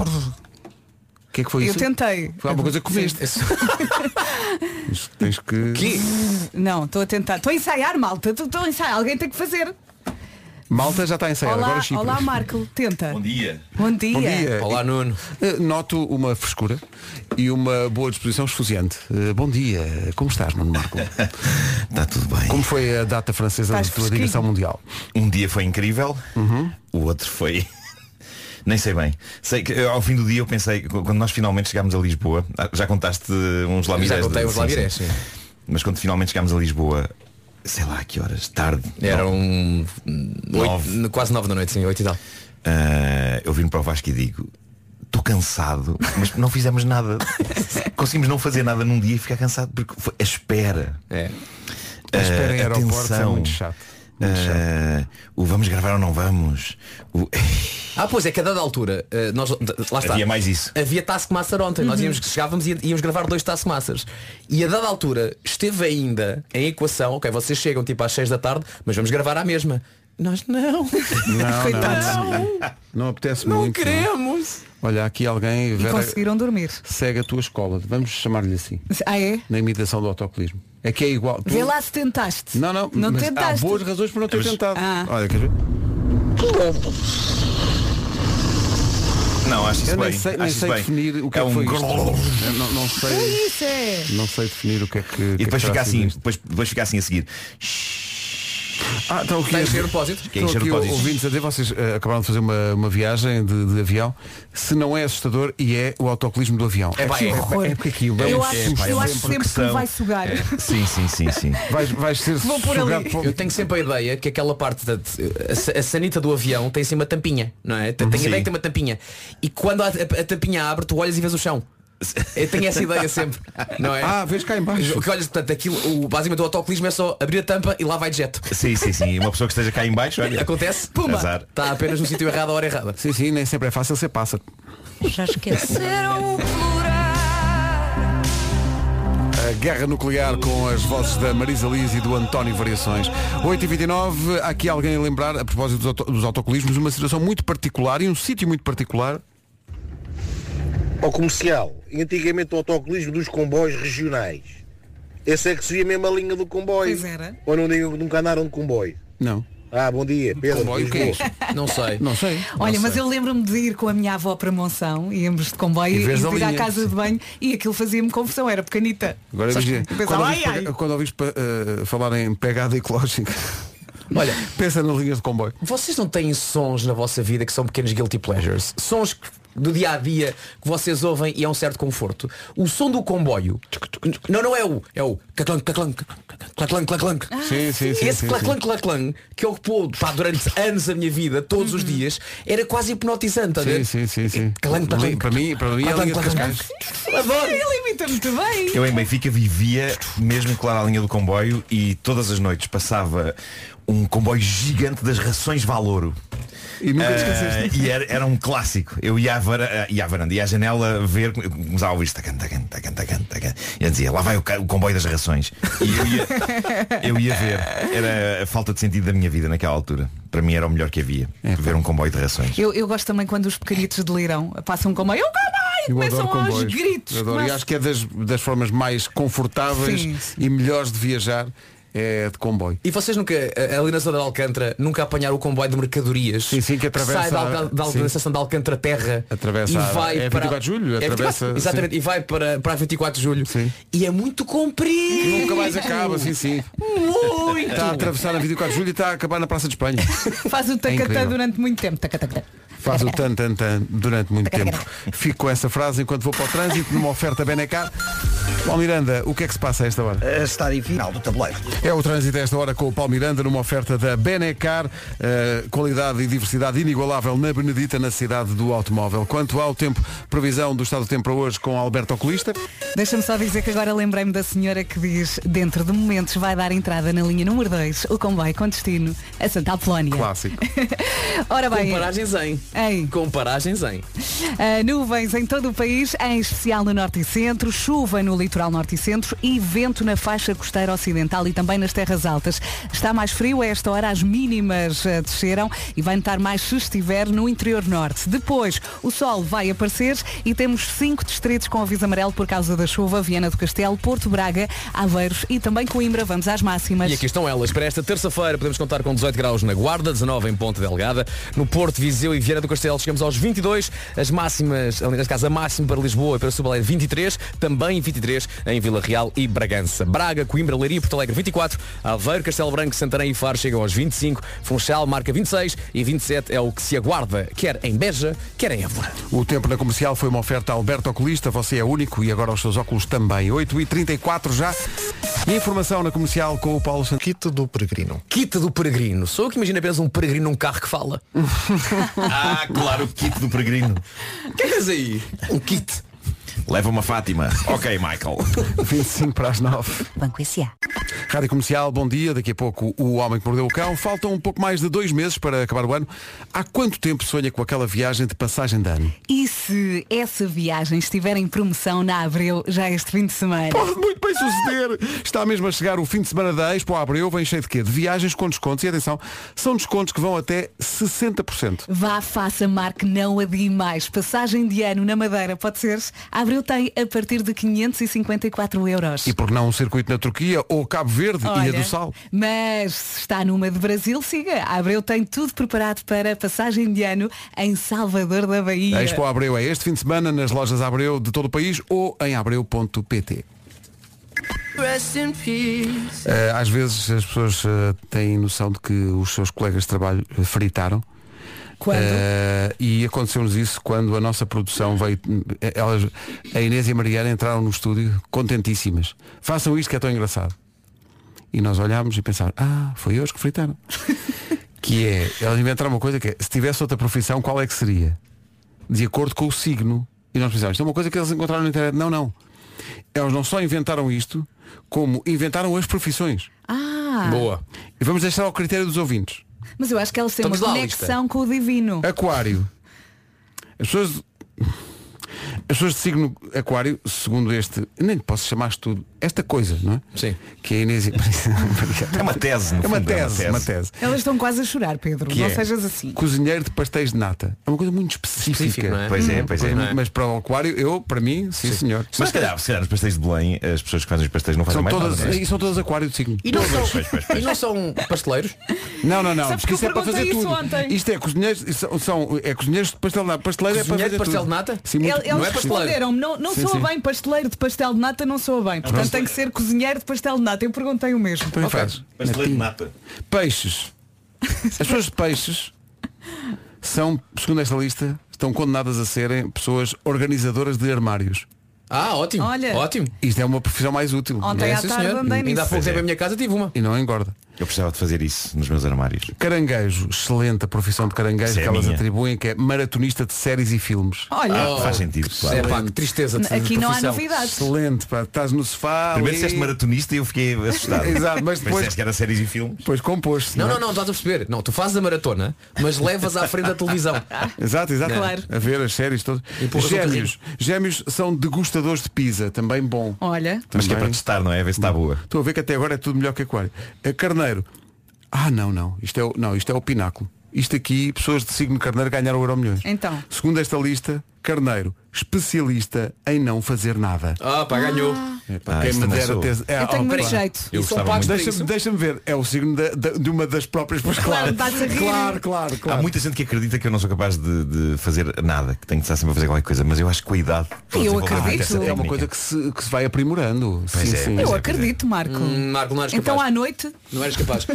S2: O que é que foi
S4: Eu
S2: isso?
S4: tentei.
S2: Foi alguma coisa que comeste. Isso Tens que.
S1: Que?
S4: Não, estou a tentar. Estou a ensaiar, malta. Estou- Estou a ensaiar. Alguém tem que fazer.
S2: Malta já está a ensaiar.
S4: Olá,
S2: Agora Chipre.
S4: olá Marco. Tenta. Bom dia. Bom dia.
S2: Bom dia.
S1: Olá, Nuno.
S2: Eh, Noto uma frescura e uma boa disposição esfuziante. Eh, Bom dia. Como estás, Nuno Marco?
S8: Está tudo bem.
S2: Como foi a data francesa
S4: Estás
S2: da tua
S4: fresquinho.
S2: digressão mundial?
S8: Um dia foi incrível, o outro foi. Nem sei bem. Sei que eh, ao fim do dia eu pensei, qu- quando nós finalmente chegámos a Lisboa, ah, já contaste eh, uns lamirés.
S1: Já contei
S8: de-
S1: uns
S8: sim,
S1: lamirés,
S8: sim.
S1: sim.
S8: Mas quando finalmente chegámos a Lisboa, sei lá a que horas, tarde.
S2: um-
S1: Eram hum,
S8: Nove.
S1: oito, quase nove da noite, sim, oito e tal.
S8: Ah, eu vim para o Vasco e digo, estou cansado, mas não fizemos nada. Conseguimos não fazer nada num dia e ficar cansado, porque foi a espera.
S1: É.
S2: A espera em
S8: Ah,
S2: aeroportos é
S8: atenção.
S2: muito chato. Muito
S8: Ah,
S2: chato.
S8: o vamos gravar ou não vamos? O...
S1: Ah, pois é que a dada altura, eh, nós, d- lá está.
S8: Havia mais isso.
S1: Havia Taskmaster ontem.
S2: Uhum.
S1: Nós íamos, chegávamos e íamos gravar dois Taskmasters. E a dada altura esteve ainda em equação, ok, vocês chegam tipo às seis da tarde, mas vamos gravar à mesma. Nós não.
S2: Não,
S1: Coitados.
S2: não, não, não. Não apetece
S1: Não
S2: muito.
S1: queremos.
S2: Olha, aqui alguém
S4: E
S2: Vera,
S4: conseguiram dormir.
S2: segue a tua escola. Vamos chamar-lhe assim.
S4: Ah, é?
S2: Na imitação do autocolismo. É que é igual. Tu-
S4: Vê lá se tentaste.
S2: Não, não,
S4: Não
S2: mas há
S4: tentaste.
S2: boas razões para não ter
S8: Mas-
S2: tentado.
S4: Ah.
S2: Olha, quer ver?
S8: Não, acho isso
S2: Eu
S8: bem.
S2: nem sei, nem
S8: acho isso
S2: sei
S8: bem.
S2: definir o que é,
S8: É
S2: que
S8: um
S2: foi isto.
S8: grrrr.
S2: Eu Não, não sei,
S4: Isso é.
S2: não sei definir o que é que.
S8: E depois fica assim,
S2: Isto.
S8: depois, depois fica assim a seguir.
S2: Ah, então o que
S1: Tem
S2: é-
S1: que ser depósitos.
S8: Que é
S2: Estão
S8: encher
S2: aqui
S8: o código.
S2: ouvintes a dizer, vocês eh, acabaram de fazer uma, uma viagem de, de avião, se não é assustador e é o autocolismo do avião.
S1: É pá,
S2: que
S1: é.
S2: horror. é porque aquilo dá
S4: Eu
S2: um
S4: acho,
S2: susto.
S4: eu
S8: uma
S4: acho sempre que me
S8: impressão.
S4: vai sugar.
S2: É.
S8: Sim, sim, sim, sim.
S2: Vais, vais ser
S4: Vou por
S2: sugado
S4: ali.
S2: para o-
S1: Eu tenho sempre a ideia que aquela parte da a, sa- a sanita do avião tem assim uma tampinha, não é? Tenho a
S8: Sim.
S1: ideia que tem uma tampinha. E quando a, a- a tampinha abre, tu olhas e vês o chão. Eu tenho essa ideia sempre, não é?
S2: Ah, vês cá em baixo.
S1: O que olhas, portanto, aquilo, o, basicamente o autocolismo é só abrir a tampa e lá vai de jet.
S8: Sim, sim, sim. Uma pessoa que esteja cá em baixo, olha.
S1: Acontece? Puma!
S8: Azar.
S1: Está apenas no sítio errado à hora errada.
S2: Sim, sim, nem sempre é fácil ser pássaro.
S6: Já esqueceram o plural.
S2: A guerra nuclear com as vozes da Marisa Liz e do António Variações. 8h29, há aqui alguém a lembrar, a propósito dos, auto- dos autocolismos, uma situação muito particular e um sítio muito particular.
S9: ao comercial, e antigamente o autocolismo dos comboios regionais. Esse é que se via mesmo a linha do comboio.
S4: Pois era.
S9: Ou não digam que nunca andaram de comboio.
S2: Não.
S9: Ah, bom dia, Pedro. um.
S2: Comboio, o que é
S9: Lisboa.
S2: isso?
S1: Não sei.
S2: Não sei.
S4: Olha,
S1: Não
S4: mas
S1: sei.
S4: eu lembro-me de ir com a minha avó para Monção, íamos de comboio
S2: E
S4: e,
S2: vês a
S4: de ir à
S2: linha,
S4: casa de banho e aquilo fazia-me confusão, era pequenita.
S2: Agora
S4: Sabes?
S2: imagina,
S4: Eu pensava,
S2: quando
S4: ai,
S2: ouviste,
S4: ai.
S2: pega- quando ouviste, eh, falar em pegada ecológica,
S1: Olha,
S2: Pensa nas linhas de comboio.
S1: vocês não têm sons na vossa vida que são pequenos guilty pleasures? Sons que- do dia a dia que vocês ouvem e é um certo conforto. O som do comboio. Não, não é o. É o. Caclan, caclan, caclan, caclan, caclan.
S2: Sim, Ah, sim, sim.
S1: Esse
S2: sim,
S1: claclan
S2: sim.
S1: claclan que ocupou pá, durante anos a minha vida, todos os dias, era quase hipnotizante. tá a
S2: Uhum. Sim,
S1: ver?
S2: sim, sim, sim.
S1: Clang, clang,
S2: Li- Para mim, para mim é a
S1: Clang,
S2: linha de
S1: clang,
S2: Cascais.
S1: clang. Adoro!
S4: Ele imita muito bem.
S8: Eu em Benfica vivia mesmo claro à linha do comboio e todas as noites passava um comboio gigante das rações Valouro.
S2: E nunca te
S8: Ah,
S2: esqueceste.
S8: e era, era um clássico. Eu ia à, vara- eh, ia à varanda, ia à janela ver, começava a ouvir tacan, tacan, tacan, tacan, tacan. E eu dizia, lá vai o, ca- o comboio das rações. E eu ia, eu ia ver. Era a falta de sentido da minha vida naquela altura. Para mim era o melhor que havia.
S2: É,
S8: Ver um comboio de rações.
S4: Eu, eu gosto também quando os pequenitos deliram. Passam com a mãe, eu comboio! E
S2: Eu
S4: começam
S2: adoro
S4: aos
S2: comboios.
S4: gritos.
S2: Eu adoro. E
S4: Mas-
S2: acho que é das, das formas mais confortáveis
S4: Sim, sim.
S2: e melhores de viajar é de comboio.
S1: E vocês nunca, eh, ali na zona de Alcântara, nunca apanharam o comboio de mercadorias
S2: Sim, sim, que atravessa
S1: sai da, Alca- da,
S2: sim.
S1: da estação de Alcântara Terra
S2: Atravessa
S1: e
S2: a-
S1: vai
S2: é 24
S1: para...
S2: de julho,
S1: É 24,
S2: atravessa,
S1: exatamente, e vai para, para a 24 de julho.
S2: Sim.
S1: E é muito
S2: E
S1: comprido.
S2: Nunca mais acaba, sim, sim.
S1: Muito.
S2: Está a atravessar a 24 de julho e está a acabar na Praça de Espanha.
S4: Faz o tacatá
S2: é incrível.
S4: durante muito tempo. Tacatá.
S2: Faz o tan tan tan durante muito tempo. Fico com essa frase enquanto vou para o trânsito, numa oferta Benecar. Paulo Miranda, o que é que se passa a esta hora?
S3: A estar em Eh, final do tabuleiro.
S2: É o trânsito a esta hora com o Paulo Miranda numa oferta da Benecar, eh, qualidade e diversidade inigualável na Benedita, na cidade do automóvel. Quanto ao tempo, previsão do estado do tempo para hoje com Alberto Oculista.
S4: Deixa-me só dizer que agora lembrei-me da senhora que diz dentro de momentos vai dar entrada na linha número 2, o comboio com destino a Santa Apolónia.
S2: Clássico.
S4: Ora
S1: Com
S4: bem,
S1: paragens em.
S4: Em.
S1: Com paragens em.
S4: ah, nuvens em todo o país, em especial no Norte e Centro, chuva no litoral Norte e Centro e vento na faixa costeira ocidental e também nas terras altas. Está mais frio a esta hora, as mínimas ah, desceram e vai notar mais se estiver no interior norte. Depois, o sol vai aparecer e temos cinco distritos com aviso amarelo por causa da chuva, Viana do Castelo, Porto Braga, Aveiros e também Coimbra. Vamos às máximas.
S1: E aqui estão elas. Para esta terça-feira podemos contar com 18 graus na Guarda, 19 em Ponte Delgada, no Porto, Viseu e Vieira do Castelo chegamos aos 22, as máximas, ali nas casas, a máxima para Lisboa e para Subalé 23, também 23 em Vila Real e Bragança. Braga, Coimbra, Leiria e Porto Alegre 24, Aveiro, Castelo Branco, Santarém e Faro chegam aos 25, Funchal marca 26 e 27 é o que se aguarda, quer em Beja, quer em Évora.
S2: O tempo na comercial foi uma oferta a Alberto Oculista, você é único e agora os seus óculos também. 8h34 já. E informação na comercial com o Paulo Santos.
S5: Kit do Peregrino.
S1: Quita do peregrino. Sou eu que imagino apenas um peregrino num carro que fala.
S8: Ah, claro, o kit do peregrino.
S1: O que é que és aí? Um kit.
S8: Leva uma Fátima. Ok, Michael.
S2: 25 para as 9.
S6: Banco S.A.
S2: Rádio Comercial, bom dia. Daqui a pouco o Homem que Mordeu o Cão. Faltam um pouco mais de dois meses para acabar o ano. Há quanto tempo sonha com aquela viagem de passagem de ano?
S4: E se essa viagem estiver em promoção na Abreu já este fim de semana?
S2: Pode muito bem suceder. Está mesmo a chegar o fim de semana da Expo Abreu. Vem cheio de quê? De viagens com descontos. E atenção, são descontos que vão até 60%.
S4: Vá, faça, marque, não adie mais. Passagem de ano na Madeira, pode ser? A Abreu tem a partir de 554 euros.
S2: E por que não um circuito na Turquia ou Cabo Verde, Ilha do Sal?
S4: Mas se está numa de Brasil, siga. A Abreu tem tudo preparado para a passagem de ano em Salvador da Bahia.
S2: A Expo Abreu é este fim de semana nas lojas Abreu de todo o país ou em abreu.pt. Eh, Às vezes as pessoas eh, têm noção de que os seus colegas de trabalho eh, fritaram.
S4: Quando?
S2: Eh, e aconteceu-nos isso quando a nossa produção veio. eh, Elas, a Inês e a Mariana entraram no estúdio contentíssimas. Façam isto que é tão engraçado. E nós olhámos e pensámos, ah, foi hoje que fritaram. que é, elas inventaram uma coisa que é, se tivesse outra profissão, qual é que seria? De acordo com o signo. E nós pensámos, isto é uma coisa que eles encontraram na internet. Não, não. Eles não só inventaram isto, como inventaram as profissões.
S4: Ah,
S1: Boa.
S2: E vamos deixar ao critério dos ouvintes.
S4: mas eu acho que elas têm
S1: Estamos
S4: uma
S1: lá à lista.
S4: conexão com o divino.
S2: Aquário. As pessoas. As pessoas de signo aquário, segundo este, nem lhe posso chamar estudo, esta coisa, não é?
S1: Sim.
S2: Que é a Inês e...
S8: É uma tese, no
S2: É uma
S8: fundo,
S2: tese, uma tese.
S4: Elas estão quase a chorar, Pedro.
S2: É. Que
S4: não
S2: é
S4: sejas assim.
S2: Cozinheiro de pastéis de nata. É uma coisa muito específica.
S1: Específico, não é?
S8: Pois é,
S2: Uma
S8: pois
S2: coisa
S8: é.
S2: muito- Mas para o aquário, eu, para mim, sim, senhor.
S8: Mas se calhar, se calhar nos pastéis de Belém, as pessoas que fazem os pastéis não fazem
S2: São
S8: mais
S2: todas,
S8: nada. não é?
S2: e são todas aquário de signo.
S1: E não, são,
S8: Pois, pois, pois.
S1: e não são pasteleiros?
S2: Não, não, não.
S4: Sabes
S2: porque
S4: que eu
S2: isso é para fazer
S4: perguntei
S2: tudo.
S4: isso ontem.
S2: Isto é cozinheiros, são, são- é cozinheiros de pastel de nata. Pasteleiro é para fazer
S1: Cozinheiro de pastel
S2: tudo.
S1: de nata?
S2: Sim, muito-
S4: El- Eles
S1: não é pasteleiro.
S4: responderam-me, não, não
S2: Sim,
S4: soa
S2: sim.
S4: bem pasteleiro de pastel de nata, não soa bem.
S2: Então,
S4: Portanto, tem que ser cozinheiro de pastel de nata. Eu perguntei o mesmo.
S2: Também faz.
S8: Pasteleiro de nata.
S2: Peixes. As pessoas de peixes são, segundo esta lista, estão condenadas a serem pessoas organizadoras de armários.
S1: Ah, ótimo.
S4: Olha.
S1: Ótimo.
S2: Isto é uma profissão mais útil.
S4: Ontem
S1: É,
S4: à
S1: sim,
S4: tarde
S1: senhor.
S4: andei
S1: Ainda há
S4: nisso.
S1: pouco tempo em minha casa tive uma.
S2: E não engorda.
S8: Eu precisava de fazer isso nos meus armários.
S2: Caranguejo, excelente a profissão de caranguejo
S8: Isso é
S2: que elas
S8: minha.
S2: atribuem, que é maratonista de séries e filmes.
S4: Olha,
S8: Ah, faz sentido, claro.
S1: É pá, que tristeza. de- de
S4: aqui não há
S1: profissão.
S4: novidades.
S2: Excelente, pá. Estás no sofá.
S8: Primeiro
S2: ali.
S8: disseste maratonista e eu fiquei assustado.
S2: Exato, mas
S8: Mas
S2: depois-
S8: disseste que era séries e filmes.
S2: Depois é? compôs.
S1: Não, não, não, estás a perceber. Não, tu fazes a maratona, mas levas à frente a televisão.
S2: Exato, exato.
S4: Claro.
S2: A ver as séries todas.
S1: Empurras o
S2: Gêmeos. Gêmeos são degustadores de pizza, também bom.
S4: olha.
S8: Mas que é para
S2: Também.
S8: testar, não é? A ver se está boa.
S2: Estou a ver que até agora é tudo melhor que aquário. A carneiro. Ah, não, não. Isto é o, não, isto é o pináculo. Isto aqui, pessoas de signo carneiro ganharam o euro milhões.
S4: Então.
S2: Segundo esta lista, carneiro, especialista em não fazer nada.
S1: Ah, pá, ganhou.
S2: Epá,
S8: Ah,
S2: É quem
S8: isto
S2: me
S8: também
S2: dera
S8: sou.
S2: ter... é,
S4: Eu tenho
S2: oh,
S4: muito
S2: pá.
S4: jeito.
S8: Eu
S1: E são
S8: gostava muito
S1: pagos para isso. é um
S2: Deixa-me deixa-me ver, é o signo da- da- de uma das próprias, pois claro.
S4: Claro, dá-se a rir.
S2: Claro, claro,
S8: Há
S2: claro.
S8: muita gente que acredita que eu não sou capaz de, de fazer nada, que tenho que estar sempre a fazer qualquer coisa, mas eu acho que com a idade.
S4: Eu
S8: desenvolver
S4: acredito.
S8: muito essa
S2: É uma
S8: técnica.
S2: coisa que se, que se vai aprimorando. sim,
S8: é,
S2: sim.
S8: pois
S4: Eu
S8: é.
S4: acredito, Marco.
S1: Hum, Marco, não eras capaz.
S4: Então à noite,
S1: Não eras capaz.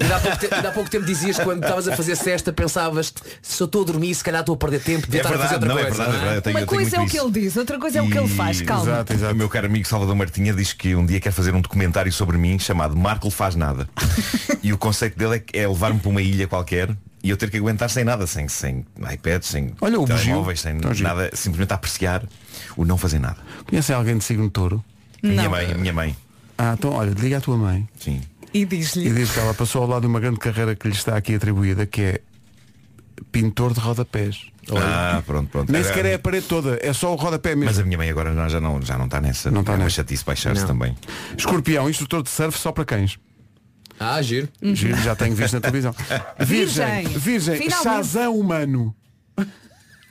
S1: Ainda há pouco, te- ainda há pouco tempo dizias que quando estavas a fazer cesta pensavas se eu estou a dormir, se calhar estou a perder tempo, devia
S8: É
S1: estar a fazer
S8: verdade,
S1: outra
S8: não, é
S1: coisa.
S8: verdade, é
S1: não
S8: verdade. Eu tenho,
S4: uma
S8: eu tenho
S4: coisa é o
S8: muito
S4: que
S8: isso.
S4: ele diz, outra coisa é o que ele faz.
S8: E-
S4: Calma.
S2: Exato, exato.
S8: O meu caro amigo Salvador Martinha diz que um dia quer fazer um documentário sobre mim chamado Marco faz nada. e o conceito dele é que- é levar-me para uma ilha qualquer e eu ter que aguentar sem nada, sem, sem iPad, sem
S2: Olha, o bugio.
S8: telemóveis, sem
S2: Tão giro.
S8: nada, simplesmente a apreciar o não fazer nada.
S2: Conhecem alguém de signo touro?
S8: A Minha mãe, a minha mãe.
S2: Ah, então olha, liga à tua mãe
S8: Sim.
S4: E
S2: e
S4: diz-lhe.
S2: diz que ela passou ao lado de uma grande carreira que lhe está aqui atribuída, que é pintor de rodapés.
S8: Ah, pronto, pronto.
S2: Nem
S8: Agora-
S2: sequer é a parede toda, é só o rodapé mesmo.
S8: Mas a minha mãe agora não, já, não, já não está nessa.
S2: Não está
S8: é uma
S2: nessa.
S8: chatice baixar-se
S1: Não.
S8: também.
S2: Escorpião, instrutor de surf só para cães.
S1: é? Ah, giro.
S2: Giro, já tenho visto na televisão. Virgem,
S4: Virgem.
S2: virgem,
S4: Finalmente.
S2: Shazam humano.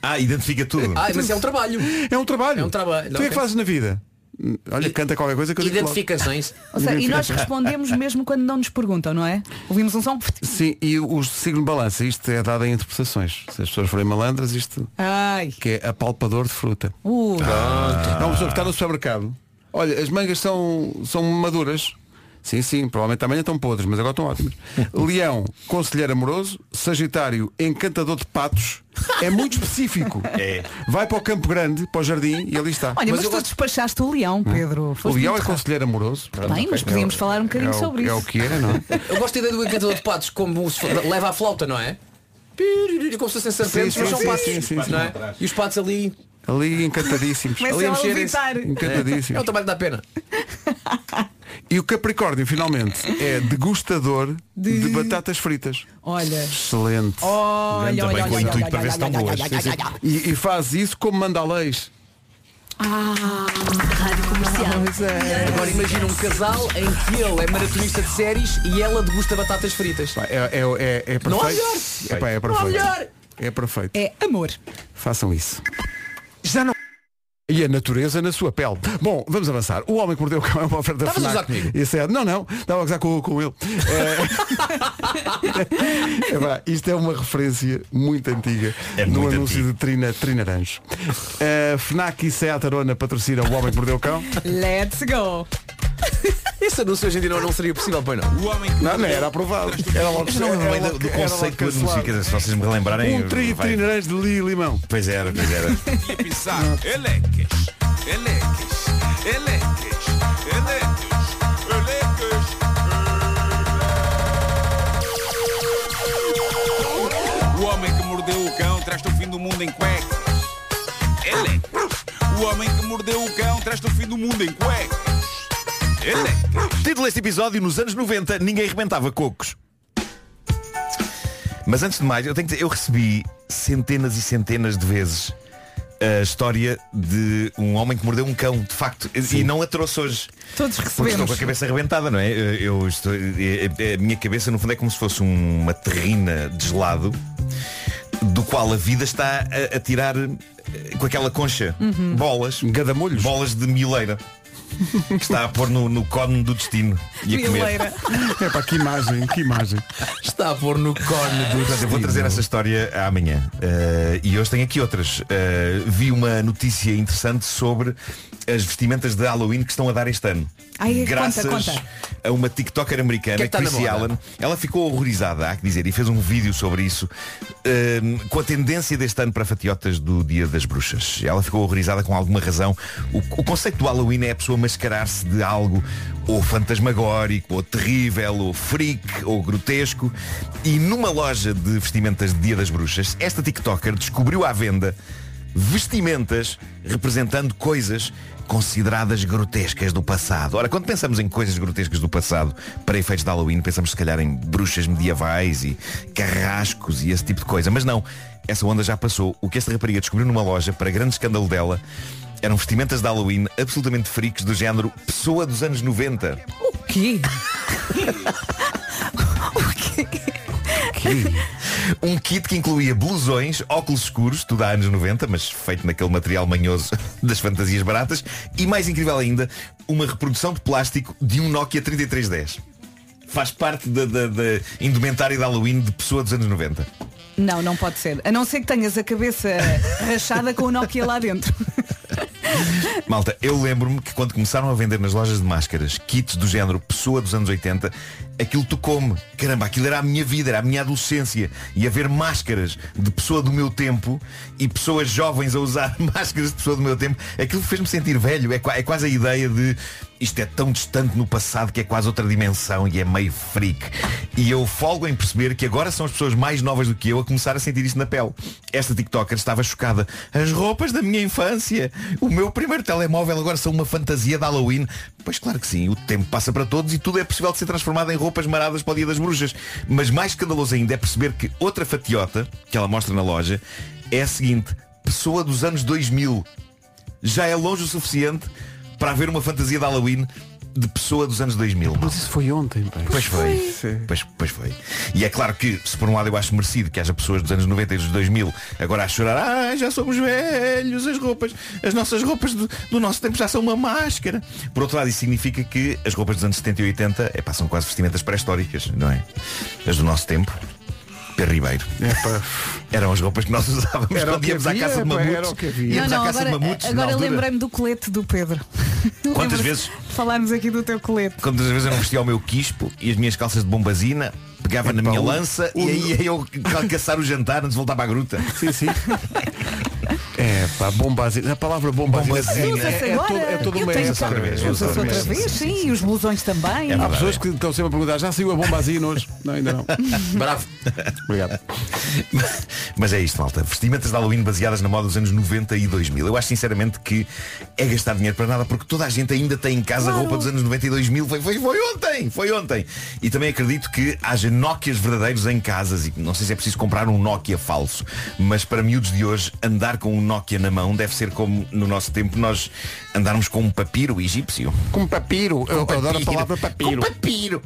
S8: Ah, identifica tudo.
S1: Ah, mas é um trabalho.
S2: É um trabalho.
S1: É um trabalho,
S2: Tu é
S1: ok.
S2: que fazes na vida? Hum, Olha, canta qualquer coisa que eu digo logo.
S1: Identificações.
S4: Ou seja, e nós respondemos mesmo quando não nos perguntam, não é? Ouvimos um som.
S2: Sim, e o signo de balança, isto é dado em interpretações. Se as pessoas forem malandras, isto
S4: Ai.
S2: que é apalpador de fruta.
S4: Uh,
S2: É uma pessoa que está no supermercado. Olha, as mangas são, são maduras. Sim, sim, provavelmente amanhã estão podres, mas agora estão ótimas. Leão, conselheiro amoroso, Sagitário, encantador de patos. É muito específico.
S8: É.
S2: Vai para o Campo Grande, para o jardim e ali está.
S4: Olha, mas,
S1: eu
S4: tu
S1: gosto-
S4: despachaste o leão, Pedro.
S2: o Leão
S4: Foste
S2: é
S4: muito rápido.
S2: conselheiro amoroso.
S4: Bem, mas podíamos falar um bocadinho
S2: É o-
S4: sobre
S2: É
S4: isso.
S2: o que é, não é?
S1: Eu gosto da ideia do encantador de patos como se fo- leva a flauta, não é? Piriri, Como se fossem serpentes,
S2: Sim,
S1: mas
S2: sim,
S1: são
S2: sim,
S1: patos.
S2: sim, sim,
S1: não é? E os patos ali.
S2: Ali encantadíssimos.
S4: Começa a
S1: mexerem-se.
S4: levitar.
S1: É o
S2: Encantadíssimos.
S1: trabalho da pena.
S2: E o Capricórnio, finalmente, é degustador de,
S4: De- Oh.
S2: batatas fritas.
S4: Olha.
S2: Excelente.
S4: Olha, olha,
S8: Também com o
S4: olha,
S8: intuito
S4: olha,
S8: para ver se estão
S4: olha,
S8: boas.
S4: olha, olha, olha, olha.
S2: E, e faz isso como manda leis.
S4: Ah,
S6: Rádio Comercial.
S1: Agora imagina um casal em que ele é maratonista de séries e ela degusta batatas fritas.
S2: Pá, É, é, é, é perfeito.
S1: Não há
S2: é, pá, é perfeito.
S1: melhor.
S2: É perfeito.
S4: É amor.
S2: Façam isso. Já não. E a natureza na sua pele. Bom, vamos avançar. O homem que mordeu o cão é uma oferta
S1: Estavas a
S2: FNAC.
S1: gozar comigo?
S2: Isso é, não, não. Estava a gozar com, com ele. É... É pá, isto é uma referência muito antiga
S8: É
S2: do
S8: muito
S2: anúncio
S8: antigo.
S2: de Trina Trinaranjo. A FNAC e Seat Arona patrocina o homem que mordeu o cão.
S4: Let's go.
S1: Esse anúncio hoje em dia não, não seria possível, pois não.
S2: Não, não era aprovado.
S1: é
S2: Era logo,
S8: Mas não lembro
S2: era
S8: bem do,
S2: logo-
S8: do
S2: era logo
S8: conceito das
S2: cancelado.
S8: músicas, se vocês me relembrarem.
S2: Um tri
S8: vai-
S2: Trinaranjo de li limão.
S8: Pois era, pois era.
S10: O homem que mordeu o cão traz-te o fim do mundo em cuecas. Elecas. O homem que mordeu o cão traz-te o fim do mundo em cuecas. Elecas.
S8: Título deste episódio, nos anos 90, ninguém arrebentava cocos. Mas antes de mais, eu tenho que dizer, eu recebi centenas e centenas de vezes a história de um homem que mordeu um cão, de facto, e- e não a trouxe hoje.
S4: Todos
S8: Porque estou
S4: recebemos.
S8: com a cabeça arrebentada, não é? Eu- Eu estou, é- é- a minha cabeça, no fundo, é como se fosse uma terrina de gelado do qual a vida está a, a tirar eh, com aquela concha bolas,
S2: Gadamolhos.
S8: bolas de mileira. que está a pôr no, no cone do destino e a comer.
S2: É pá, que imagem, que imagem.
S1: Está a pôr no cone do
S8: Portanto, eu vou trazer essa história amanhã. Eh, e hoje tenho aqui outras. Eh, vi uma notícia interessante sobre as vestimentas de Halloween que estão a dar este ano.
S4: Ai, conta,
S8: Graças
S4: conta.
S8: a uma TikToker americana,
S1: Que é que tá na
S8: Chrissy
S1: moda?
S8: Allen, ela ficou horrorizada, há que dizer, e fez um vídeo sobre isso, ehm, com a tendência deste ano para fatiotas do Dia das Bruxas. Ela ficou horrorizada com alguma razão. O, o conceito do Halloween é a pessoa mascarar-se de algo ou fantasmagórico, ou terrível, ou freak, ou grotesco. E numa loja de vestimentas de Dia das Bruxas, esta TikToker descobriu à venda vestimentas representando coisas consideradas grotescas do passado. Ora, quando pensamos em coisas grotescas do passado para efeitos de Halloween, pensamos se calhar em bruxas medievais e carrascos e esse tipo de coisa. Mas não, essa onda já passou. O que esta rapariga descobriu numa loja, para grande escândalo dela, eram vestimentas de Halloween absolutamente freaks do género pessoa dos anos 90.
S4: O quê?
S8: Um kit que incluía blusões, óculos escuros, tudo há anos 90, mas feito naquele material manhoso das fantasias baratas, e mais incrível ainda, uma reprodução de plástico de um Nokia 3310. Faz parte da, da, da indumentária de Halloween de pessoa dos anos 90.
S4: Não, não pode ser. A não ser que tenhas a cabeça rachada com o Nokia lá dentro.
S8: Malta, eu lembro-me que quando começaram a vender nas lojas de máscaras kits do género pessoa dos anos 80, aquilo tocou-me. Caramba, aquilo era a minha vida, era a minha adolescência. E haver máscaras de pessoa do meu tempo e pessoas jovens a usar máscaras de pessoa do meu tempo, aquilo fez-me sentir velho. É, qua- é quase a ideia de isto é tão distante no passado que é quase outra dimensão e é meio freak. E eu folgo em perceber que agora são as pessoas mais novas do que eu a começar a sentir isto na pele. Esta TikToker estava chocada. As roupas da minha infância, o meu primeiro telemóvel agora são uma fantasia de Halloween. Pois claro que sim, o tempo passa para todos e tudo é possível de ser transformado em roupas maradas para o dia das bruxas. Mas mais escandaloso ainda é perceber que outra fatiota que ela mostra na loja é a seguinte, pessoa dos anos 2000 já é longe o suficiente para haver uma fantasia de Halloween de pessoa dos anos 2000.
S2: Mas isso foi ontem, pá.
S8: Pois foi. Pois, pois foi. E é claro que, se por um lado eu acho merecido que haja pessoas dos anos 90 e dos 2000 agora a chorar, ah, já somos velhos, as roupas, as nossas roupas do, do nosso tempo já são uma máscara. Por outro lado, isso significa que as roupas dos anos 70 e 80 é, pá, são quase vestimentas pré-históricas, não é? As do nosso tempo. Pedro Ribeiro.
S2: É, pá.
S8: Eram as roupas que nós usávamos
S2: Era o
S8: quando
S2: que
S8: íamos à
S2: havia,
S8: caça de
S2: pá, era
S8: mamutos.
S2: o que havia.
S8: Íamos à caça
S4: agora,
S8: de mamutos. na
S4: agora
S8: altura.
S4: lembrei-me do colete do Pedro. Tu
S8: Quantas
S4: lembras-te
S8: vezes?
S4: de Falarmos aqui do teu colete.
S8: Quantas vezes eu não vestia o meu quispo e as minhas calças de bombazina, pegava na minha lança e aí ia eu ca- caçar o jantar antes de voltar para a gruta.
S2: Sim, sim. É pá, bombazina. A palavra bombazina.
S8: Bombazina.
S2: É,
S4: Usa-se
S2: é,
S4: agora.
S2: todo- é toda
S4: Eu
S2: uma
S4: tenho
S2: época.
S8: outra vez,
S4: tanto-
S8: usa-se
S4: Usa-se outra
S8: outra vez,
S4: vez,
S8: sim,
S4: sim, e os blusões também.
S8: É
S2: Há
S8: verdade.
S2: pessoas que estão sempre a perguntar, já saiu a bombazina hoje? Não, ainda não.
S1: Bravo.
S2: Obrigado.
S8: Mas é isto, malta. Vestimentas de Halloween baseadas na moda dos anos 90 e 2000. Eu acho sinceramente que é gastar dinheiro para nada porque toda a gente ainda tem em casa roupa dos anos 90 e 2000. Foi, foi, foi ontem, foi ontem. E também acredito que haja Nokias verdadeiros em casas e não sei se é preciso comprar um Nokia falso. Mas para miúdos de hoje, andar com um Nokia na mão deve ser como no nosso tempo nós andarmos com um papiro egípcio.
S2: Com papiro. Eu adoro a palavra papiro.
S8: Com papiro.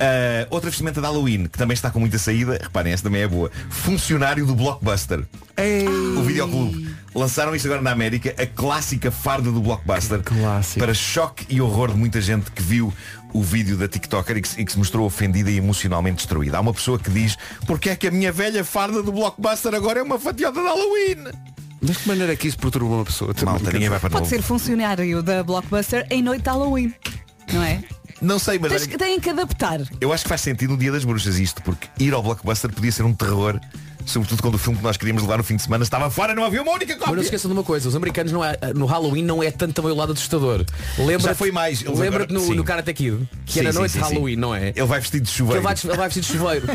S8: Ah, outra vestimenta de Halloween que também está com muita saída. Reparem, esta também é boa. Funcionário do Blockbuster.
S2: Ei.
S8: O videoclube. Lançaram isto agora na América, a clássica farda do Blockbuster.
S2: Que clássico.
S8: Para choque e horror de muita gente que viu o vídeo da TikToker e que, se- e que se mostrou ofendida e emocionalmente destruída. Há uma pessoa que diz, porque é que a minha velha farda do Blockbuster agora é uma fatiota de Halloween?
S2: Mas que maneira é que isso perturba uma pessoa?
S8: Malta, ninguém vai para
S4: Pode
S8: novo.
S4: ser funcionário da Blockbuster em noite de Halloween. Não é?
S8: Não sei, mas
S4: Tens, que- têm que adaptar.
S8: Eu acho que faz sentido no Dia das Bruxas isto, porque ir ao Blockbuster podia ser um terror, sobretudo quando o filme que nós queríamos levar no fim de semana estava fora, não havia uma única
S1: Mas não se
S8: cópia.
S1: esqueçam de uma coisa, os americanos não é, no Halloween não é tanto também o lado assustador. Lembra
S8: Já foi mais, eles
S1: Lembra-te
S8: agora-
S1: no,
S8: sim.
S1: no Karate Kid, que
S8: Sim,
S1: era
S8: sim,
S1: noite
S8: sim,
S1: de
S8: sim.
S1: Halloween, não é?
S8: Ele vai vestido de
S1: Que
S8: chuveiro.
S1: Ele vai, ele vai vestido de chuveiro.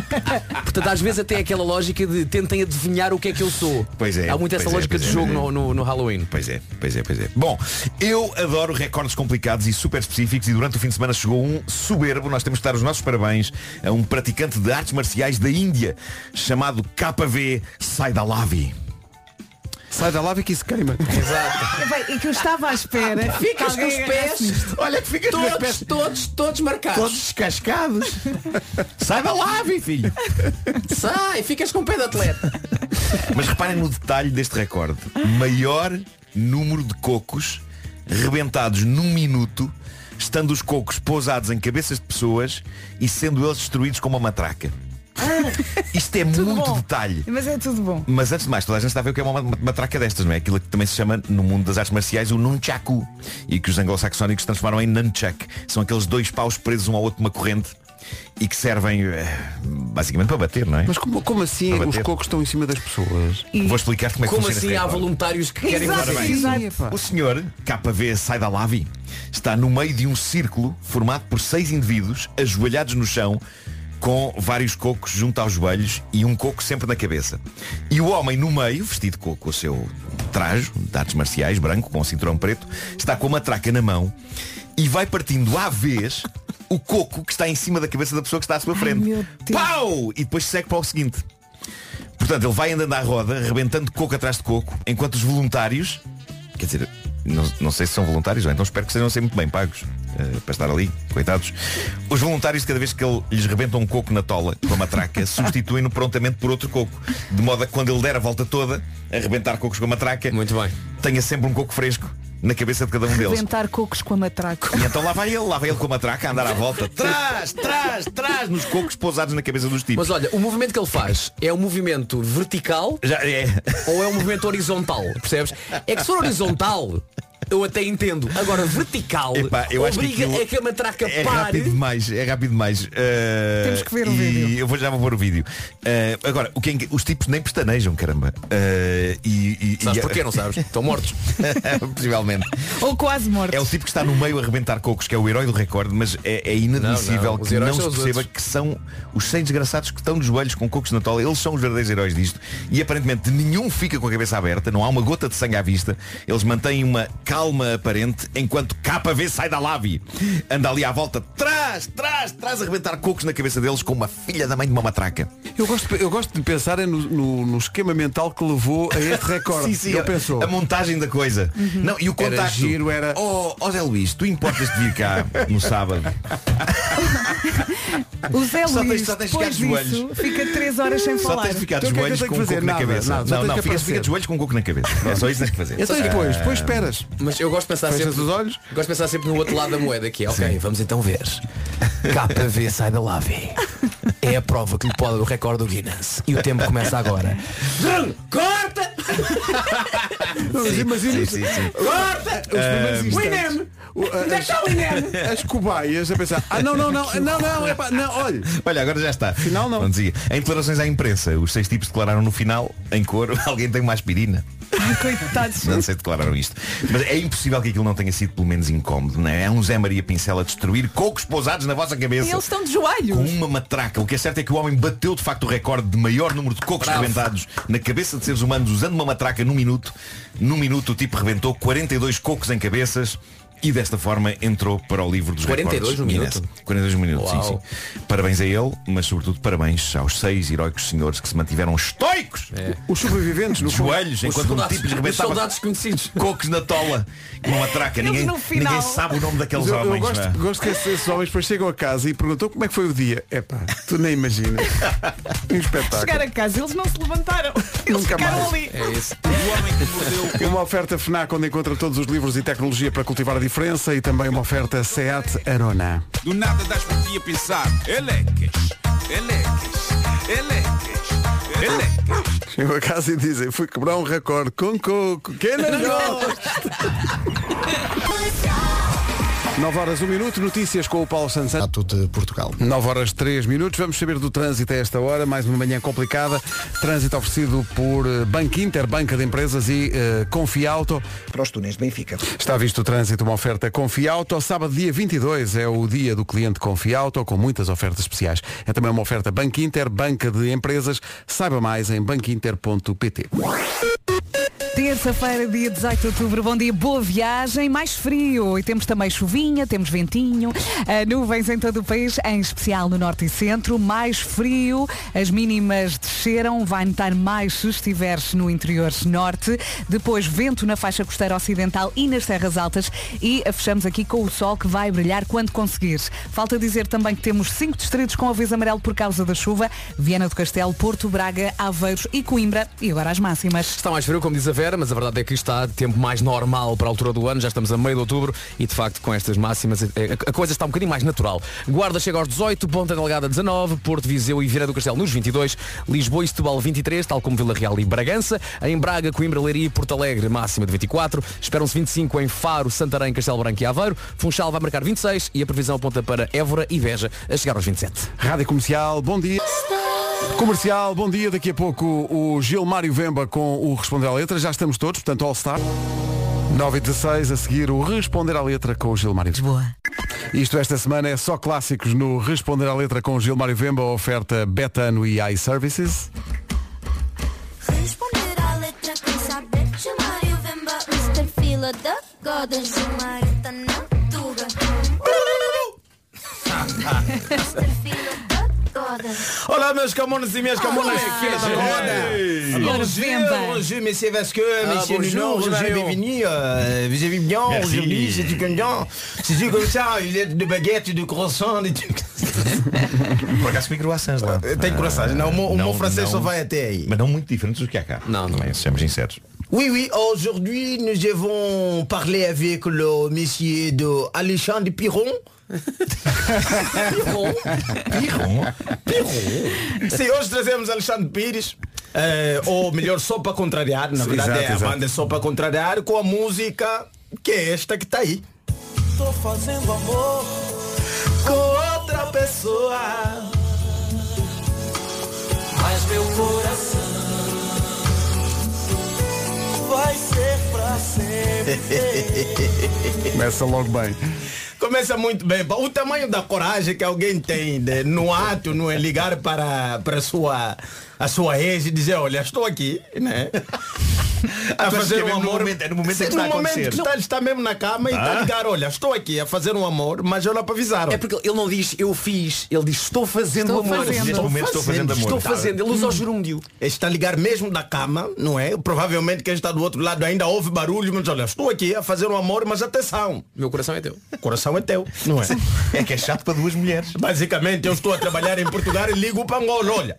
S1: Portanto, às vezes até é aquela lógica de tentem adivinhar o que é que eu sou.
S8: Pois é,
S1: Há muito essa
S8: pois é,
S1: lógica
S8: pois
S1: de
S8: é,
S1: jogo
S8: pois é.
S1: no, no- no Halloween.
S8: Pois é, pois é, pois é. Bom, eu adoro recordes complicados e super específicos e durante o fim de semana chegou um soberbo. Nós temos que dar os nossos parabéns a um praticante de artes marciais da Índia chamado KV Saidalavi.
S2: Sai da lava que isso queima.
S4: Bem, e é que eu estava à espera. assim. Fica
S1: Ficas com os pés
S8: Olha que fica
S1: todos, todos, todos, marcados.
S8: todos descascados. Saidalavi, filho.
S1: Sai, ficas com o pé de atleta.
S8: Mas reparem no detalhe deste recorde. Maior número de cocos rebentados num minuto, estando os cocos pousados em cabeças de pessoas e sendo eles destruídos com uma matraca.
S1: Ah.
S8: Isto é muito detalhe.
S4: Mas é tudo bom.
S8: Mas antes de mais, toda a gente está a ver o que é uma ma- matraca destas, não é? Aquilo que também se chama no mundo das artes marciais o nunchaku e que os anglo-saxónicos transformaram em nunchuck. São aqueles dois paus presos um ao outro numa corrente e que servem eh, basicamente para bater, não é?
S2: Mas como, como assim
S8: Para
S2: os
S8: bater.
S2: cocos estão em cima das pessoas?
S8: Vou explicar como é que
S1: Como
S8: funciona
S1: assim
S8: este
S1: há
S8: ritual.
S1: voluntários que querem
S4: Exato,
S1: levar
S8: Ora
S1: a
S8: bem,
S1: isso?
S4: exato.
S8: O senhor KV Saidalavi está no meio de um círculo formado por seis indivíduos ajoelhados no chão com vários cocos junto aos joelhos e um coco sempre na cabeça. E o homem no meio, vestido com, com o seu trajo de artes marciais, branco, com o cinturão preto, está com uma traca na mão e vai partindo à vez o coco que está em cima da cabeça da pessoa que está à sua frente.
S4: meu Deus.
S8: Pau! E depois segue para o seguinte. Portanto, ele vai andando à roda, rebentando coco atrás de coco, enquanto os voluntários, quer dizer, não, não sei se são voluntários ou então espero que sejam sempre muito bem pagos eh, para estar ali, coitados. Os voluntários, cada vez que ele lhes rebenta um coco na tola com a matraca, substituem-no prontamente por outro coco, de modo a que quando ele der a volta toda, a rebentar cocos com a matraca,
S1: Muito bem.
S8: tenha sempre um coco fresco na cabeça de cada um deles.
S4: Ventar cocos com a matraca.
S8: E então lá vai ele, lá vai ele com a matraca a andar à volta, trás, trás, trás, nos cocos pousados na cabeça dos tipos.
S1: Mas olha, o movimento que ele faz é um movimento vertical
S8: Já é.
S1: ou é um movimento horizontal, percebes? É que se for horizontal, eu até entendo. Agora, vertical,
S8: Epá, eu acho que
S1: obriga
S8: aquilo
S1: a que a matraca
S8: É
S1: pare.
S8: rápido demais, é rápido demais. Uh,
S4: Temos que ver o
S8: e
S4: vídeo.
S8: Eu vou, já vou pôr o vídeo. Uh, agora, o que é enga- os tipos nem pestanejam, caramba. Uh, e, e-
S1: Sabes
S8: e-
S1: porquê, não sabes? Estão mortos.
S8: Possivelmente.
S4: Ou quase mortos.
S8: É o tipo que está no meio a arrebentar cocos, que é o herói do recorde, mas é, é
S1: Não,
S8: inadmissível
S1: não, os
S8: que não
S1: heróis
S8: se
S1: são os
S8: perceba
S1: outros.
S8: que são os seis desgraçados que estão nos joelhos com cocos na tola. Eles são os verdadeiros heróis disto. E aparentemente nenhum fica com a cabeça aberta, não há uma gota de sangue à vista. Eles mantêm uma calma aparente enquanto KV sai da lave. Anda ali à volta, trás, trás, trás, a arrebentar cocos na cabeça deles com uma filha da mãe de uma matraca.
S2: Eu gosto, eu gosto de pensar é no, no- no esquema mental que levou a este recorde. Ele
S8: a,
S2: pensou.
S8: a montagem da coisa.
S1: Uhum.
S8: Não, e o
S2: Era
S8: contacto.
S2: giro, era-
S8: Oh, oh Zé Luís, tu importas de vir cá no sábado.
S4: O Zé
S8: Só
S4: Luís,
S8: tens- só tens de
S4: depois
S8: ficar de
S4: disso, fica três horas sem
S8: Só
S4: falar.
S8: tens de ficar de
S2: Então o que é que
S8: joelhos
S2: eu tenho
S8: com
S2: que
S8: um
S2: fazer?
S8: coco na
S2: Nada,
S8: cabeça.
S2: nada, só
S8: não,
S2: tens
S8: não,
S2: que
S8: fica,
S2: aparecer.
S8: fica de joelhos com um coco na cabeça. É só isso que tens que fazer.
S2: Então e depois, depois esperas.
S1: Mas eu gosto de
S8: Tá
S1: pensar
S2: Fechas
S1: sempre.
S2: os olhos?
S1: Gosto de pensar sempre no outro lado da moeda que é, ok, vamos então ver. KV sai da lave. É a prova que lhe pode do recorde do Guinness. E o tempo começa agora. Corta!
S2: Mas imagina
S8: Sim, sim, sim.
S1: Corta!
S2: os primeiros
S8: Um
S1: O
S2: instantes.
S1: INEM!
S2: O- a-
S8: é
S1: Deixa o INEM!
S2: as- As cobaias a pensar, ah não, não, não, não, não, epá, não, olha,
S8: Olha, agora já está.
S2: Final não.
S8: Bom dia. Em declarações à imprensa, os seis tipos declararam no final, em coro, alguém tem uma aspirina.
S4: Coitados.
S8: Não sei se declararam isto. Mas é impossível que aquilo não tenha sido pelo menos incómodo, não é? É um Zé Maria Pincel a destruir cocos pousados na vossa
S4: E
S8: cabeça.
S4: eles estão de
S8: Com
S4: joelhos.
S8: uma matraca. O que é certo é que o homem bateu de facto o recorde de maior número de cocos
S1: Bravo.
S8: rebentados na cabeça de seres humanos usando uma matraca num minuto. Num minuto o tipo rebentou 42 cocos em cabeças e desta forma entrou para o livro dos
S1: 42
S8: recordes.
S1: num
S8: Guinness.
S1: minuto?
S8: 42 minutos, sim,
S1: Uau.
S8: sim. Parabéns a ele, mas sobretudo parabéns aos seis heróicos senhores que se mantiveram estoicos
S2: os sobreviventes no
S8: de
S2: fundo.
S8: joelhos
S1: É. Os
S8: enquanto um
S1: soldados,
S8: tipo lhes
S1: os
S8: rebentava
S1: soldados conhecidos.
S8: cocos na tola. Uma matraca.
S4: Eles
S8: Ninguém,
S4: no final-
S8: ninguém sabe o nome daqueles
S2: Mas eu, eu
S8: homens. não é?
S2: gosto, gosto que esses, esses homens depois chegam a casa e perguntam como é que foi o dia. Epá, tu nem imaginas. Um
S4: Chegar
S2: espetáculo.
S4: a casa, eles não se levantaram. Eles
S2: Nunca
S4: ficaram
S2: mais.
S4: ali.
S1: É isso.
S10: O homem que mordeu o cão.
S2: Uma oferta FNAC onde encontra todos os livros e tecnologia para cultivar a diferença e também uma oferta SEAT Arona.
S10: Do nada das por ti a pensar. Elecas, elecas, elecas, elecas.
S2: Chegam a casa e dizem, fui quebrar um recorde com coco. Que não gosto. 9 horas 1 minuto, notícias com o Paulo Santos.
S5: de Portugal.
S2: 9 horas 3 minutos, vamos saber do trânsito a esta hora, mais uma manhã complicada. Trânsito oferecido por eh, Banco Inter, Banca de Empresas e eh, Confiauto.
S3: Para os túneis de Benfica.
S2: Está visto o trânsito, uma oferta Confiauto. Sábado, dia 22, é o dia do cliente Confiauto, com muitas ofertas especiais. É também uma oferta Banco Inter, Banca de Empresas. Saiba mais em banquinter.pt.
S4: Terça-feira, dia 18 de outubro. Bom dia, boa viagem. Mais frio. E temos também chuvinha, temos ventinho. Ah, nuvens em todo o país, em especial no norte e centro. Mais frio. As mínimas desceram. Vai notar mais se estiveres no interior norte. Depois, vento na faixa costeira ocidental e nas terras altas. E fechamos aqui com o sol que vai brilhar quando conseguires. Falta dizer também que temos cinco distritos com aviso amarelo por causa da chuva. Viana do Castelo, Porto, Braga, Aveiros e Coimbra. E agora as máximas.
S1: Está mais frio, como diz a Vera. espera, mas a verdade é que está tempo mais normal para a altura do ano, já estamos a meio de outubro e de facto com estas máximas eh, a a coisa está um bocadinho mais natural. Guarda chega aos 18, Ponta Delgada 19, Porto Viseu e Vieira do Castelo nos 22, Lisboa e Setúbal 23, tal como Vila Real e Bragança, em Braga, Coimbra, Leiria e Porto Alegre máxima de 24, esperam-se 25 em Faro, Santarém, Castelo Branco e Aveiro, Funchal vai marcar 26 e a previsão aponta para Évora e Beja a chegar aos 27.
S2: Rádio Comercial, bom dia. Comercial, bom dia. Daqui a pouco o Gilmário Vemba com o Responder à Letra. Já estamos todos, portanto, All Star. 9 e 16 a seguir o Responder à Letra com o Gilmário Boa. Isto esta semana é só clássicos no Responder à Letra com o Gilmário Vemba, oferta Betano e iServices.
S6: Responder à letra com saber chamar e o Vemba. Mr. Fila da Goda, Gilmarita na Tuga. Mr. Fila da Goda.
S11: Olá meus camones et mes camones
S4: Hey.
S11: Bonjour, bonjour monsieur Vasque,
S4: Ah,
S11: monsieur
S4: bonjour,
S11: Nuno, bonjour
S4: Gilbert.
S11: bienvenue euh, Vous avez bien
S4: Merci.
S11: aujourd'hui, c'est du content C'est du comme ça, il y a de baguettes, de croissants, des trucs Euh,
S8: Por acaso tem croissants lá.
S11: Eh, Tem
S4: Euh,
S11: croissants, não, o meu- o meu francês só vai
S8: até aí. Mas não muito diferentes do que há cá. Não, não. Sejamos sinceros.
S11: Oui, oui, aujourd'hui nous avons parlé avec le monsieur de Alexandre Piron. Piron. Piron. Piron. Sim, hoje trazemos Alexandre Pires. eh, ou melhor, só para contrariar, na
S8: Sim,
S11: verdade
S8: exato,
S11: é a
S8: exato.
S11: banda só para contrariar com a música que é esta que está aí.
S12: Tô fazendo amor com outra pessoa. Mas meu coração vai ser pra sempre.
S2: Começa logo bem.
S11: Começa muito bem. O tamanho da coragem que alguém tem de, no ato, não é ligar para, para a, sua, a sua ex e dizer, olha, estou aqui, né? A
S8: Acho que
S11: fazer
S8: é
S11: um
S8: mesmo no
S11: amor.
S8: momento- é no momento em que está a
S11: no momento
S8: acontecer.
S11: que está, está mesmo na cama e
S8: Tá.
S11: está a ligar, olha, estou aqui a fazer um amor, mas eu não avisaram. É
S1: porque ele não diz eu fiz, ele diz estou fazendo Hum.
S11: Estou
S1: amor."
S11: fazendo.
S1: Neste momento estou fazendo amor. Estou fazendo. Ele usa o
S11: gerúndio. Ele está a ligar mesmo da cama, não é? Provavelmente quem está do outro lado ainda ouve barulho, mas olha, estou aqui a fazer um amor, mas atenção.
S1: Meu coração é teu.
S11: Coração é teu, não é?
S8: É que é chato para duas mulheres.
S11: Basicamente, eu estou a trabalhar em Portugal e ligo para Angola. Olha,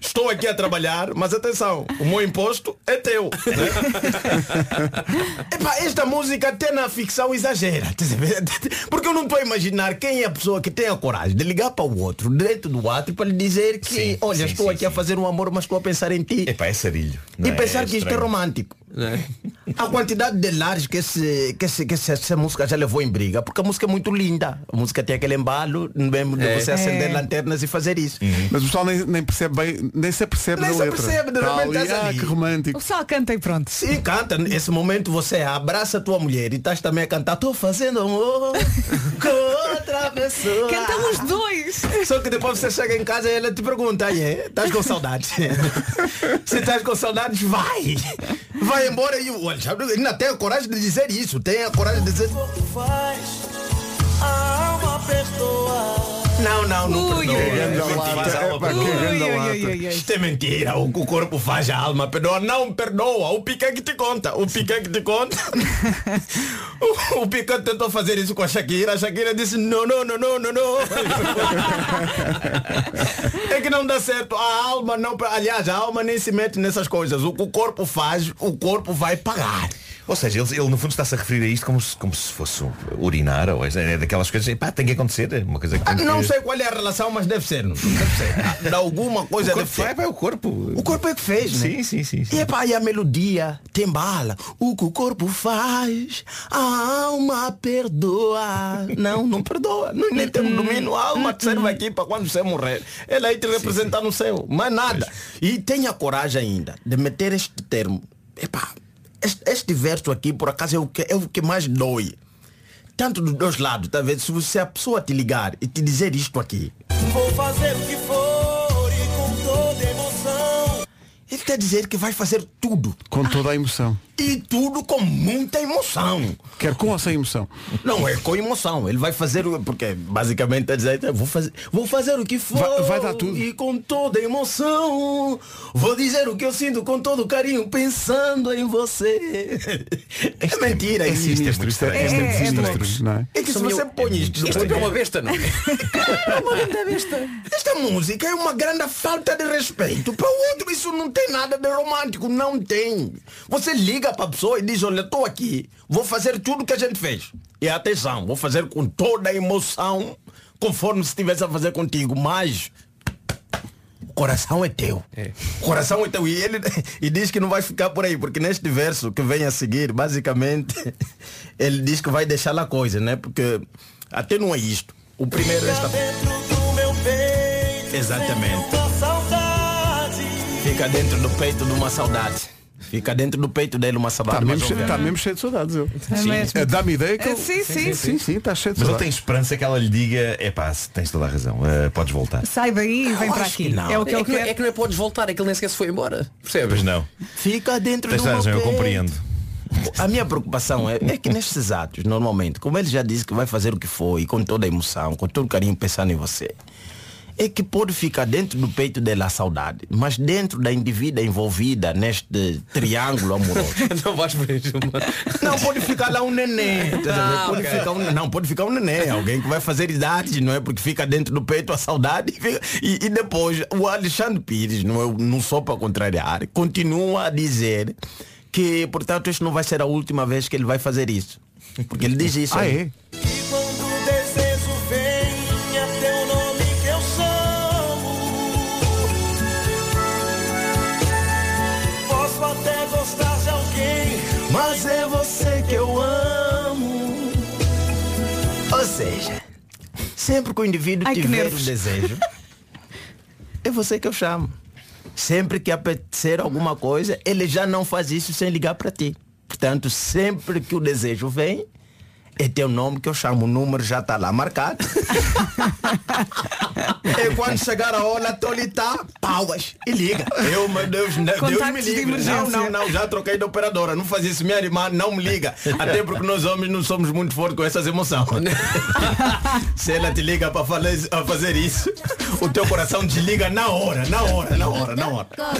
S11: estou aqui a trabalhar, mas atenção, o meu imposto é teu. né? Epá, esta música até na ficção exagera. Porque eu não estou a imaginar quem é a pessoa que tem a coragem de ligar para o outro, dentro do ato, para lhe dizer que, olha,
S8: sim,
S11: estou
S8: sim,
S11: aqui a fazer um amor, mas estou a pensar em ti.
S8: Epá, é sarilho.
S11: e pensar que isto é romântico. A quantidade de lares que, esse, que, esse, que esse- essa música já levou em briga, porque a música é muito linda. A música tem aquele embalo mesmo de
S2: É.
S11: você acender
S2: É.
S11: lanternas e fazer isso.
S2: Mas o pessoal nem, nem percebe bem, nem se apercebe
S11: Nem
S2: da
S11: se
S2: letra.
S11: percebe, de
S2: Tá
S11: repente
S2: ali,
S11: estás
S2: ah,
S11: ali.
S2: que romântico.
S11: só canta e pronto. Sim, canta. Nesse momento você abraça a tua mulher e estás também a cantar, tô fazendo amor com outra pessoa.
S12: Cantamos
S11: dois. Só que depois você chega em casa e ela te pergunta, "Aí, é, estás com saudades? Se estás com saudades, vai! Vai embora e olha, já- ainda tem a coragem de dizer isso, tem a coragem de dizer.
S12: Faz a alma perdoar.
S11: Não, não, não
S12: Ui,
S11: perdoa.
S12: ui,
S11: É
S12: ui,
S11: mentira.
S12: ui,
S11: Faz a
S12: ui,
S11: alma
S12: ui,
S11: perdoa.
S12: ui, ui, ui, ui.
S11: Isto é mentira. O, o corpo faz a alma perdoa. Não perdoa. O pica que te conta. O pica que te conta. o, o pica tentou fazer isso com a Shakira. A Shakira disse não, não, não, não, não, não. é que não dá certo. A alma não. Aliás, a alma nem se mete nessas coisas. O que o corpo faz, o corpo vai pagar.
S8: Ou seja, ele, ele, no fundo está-se a referir a isto como se, como se fosse um urinar ou é daquelas coisas, pá, tem que acontecer, é uma coisa que
S11: Ah,
S8: tem que-
S11: Não sei qual é a relação, mas deve ser. não? Deve ser. De alguma coisa
S8: O corpo
S11: deve ser.
S8: é vai, vai, o corpo.
S11: é O corpo é que fez, né?
S8: Sim, sim, sim, sim.
S11: E, epá, e a melodia tem bala. O que o corpo faz, a alma perdoa. Não, não perdoa. Não, nem tem um
S8: Hum.
S11: domínio. A alma te serve aqui para quando você morrer. Ela aí te representar no céu. Mas nada. E tenha coragem ainda de meter este termo. Epá, este, este verso aqui, por acaso, é o que, é o que mais dói. Tanto dos dois lados, tá vendo? Se você a pessoa te ligar e te dizer isto aqui,
S12: Vou fazer o que for e com toda emoção.
S11: ele está a dizer que vai fazer tudo.
S2: Com toda a emoção.
S11: E tudo com muita emoção.
S2: Quer com ou sem emoção?
S11: Não, é com emoção. Ele vai fazer, o- porque basicamente está dizendo, vou fazer, vou fazer o que for. Vai, dar tudo. E com toda emoção. Vou dizer o que eu sinto com todo carinho, pensando em você. É mentira,
S2: é
S11: isso.
S2: sinistro, isto é- isto é muito sinistro, não é?
S11: É que se você põe isto.
S2: Isto é uma
S1: besta, não
S11: é? uma grande besta. Esta música é uma grande falta de respeito. Para o outro, isso não tem nada de romântico. Não tem. Você liga liga para a pessoa e diz, olha, estou aqui, vou fazer tudo o que a gente fez. E atenção, vou fazer com toda a emoção, conforme se estivesse a fazer contigo, mas o coração é teu. O coração é teu. E ele e diz que não vai ficar por aí, porque neste verso que vem a seguir, basicamente, ele diz que vai deixar lá coisa, né? Porque até não é isto. O primeiro é esta.
S12: do meu peito
S11: Exatamente.
S12: tua saudade.
S11: Fica dentro do peito de uma saudade. Fica dentro do peito dele uma saudade.
S2: Está
S11: mais
S2: mesmo,
S11: ou menos.
S2: tá mesmo cheio de saudades, eu.
S11: É Sim. mesmo.
S2: É, Dá-me ideia que.
S11: É,
S2: eu-
S11: sim, sim, sim.
S2: Sim, sim, está cheio de
S8: Mas eu tenho
S2: saudades.
S8: esperança que ela lhe diga, é pá, tens toda a razão, eh, podes voltar.
S4: Sai daí e vem para aqui. É o que ele
S1: não-
S4: quer.
S1: é que não é podes voltar, é que ele nem sequer se foi embora.
S8: Pois não.
S11: Fica dentro
S8: Tens
S11: do
S1: é.
S11: meu
S8: razão, eu
S11: peito.
S8: compreendo.
S11: A minha preocupação é, é que nestes atos, normalmente, como ele já disse que vai fazer o que for e com toda a emoção, com todo o carinho pensando em você, é que pode ficar dentro do peito dela a saudade, mas dentro da indivídua envolvida neste triângulo amoroso.
S1: não vais por isso,
S11: Não, pode ficar lá um neném. tá a ver?
S12: Ah,
S11: Pode
S12: ok.
S11: ficar um- não, pode ficar um neném, alguém que vai fazer idade, não é? Porque fica dentro do peito a saudade. e fica- E, e depois, o Alexandre Pires, não, é, não só para contrariar, continua a dizer que, portanto, isso não vai ser a última vez que ele vai fazer isso. Porque ele diz isso.
S12: Ah,
S8: é?
S11: aí.
S12: E quando o desejo vem, é teu nome que eu chamo. Posso até gostar de alguém,
S11: mas é você que eu amo. Ou seja, sempre que o indivíduo
S12: Ai, que
S11: tiver o
S12: nervos.
S11: desejo, é você que eu chamo. Sempre que apetecer alguma coisa, ele já não faz isso sem ligar para ti. Portanto, sempre que o desejo vem, é teu nome que eu chamo. O número já está lá marcado. e quando chegar a hora, tu lhe tá, pauas e liga. Eu, meu Deus, não, Deus me
S12: Contactos de
S11: livre. Não,
S12: emergência.
S11: não, não, já troquei de operadora. Não faz isso, minha irmã, não me liga. Até porque nós homens não somos muito fortes com essas emoções. Se ela te liga para fazer isso, o teu coração desliga na hora, na hora, na hora, na hora.
S6: tá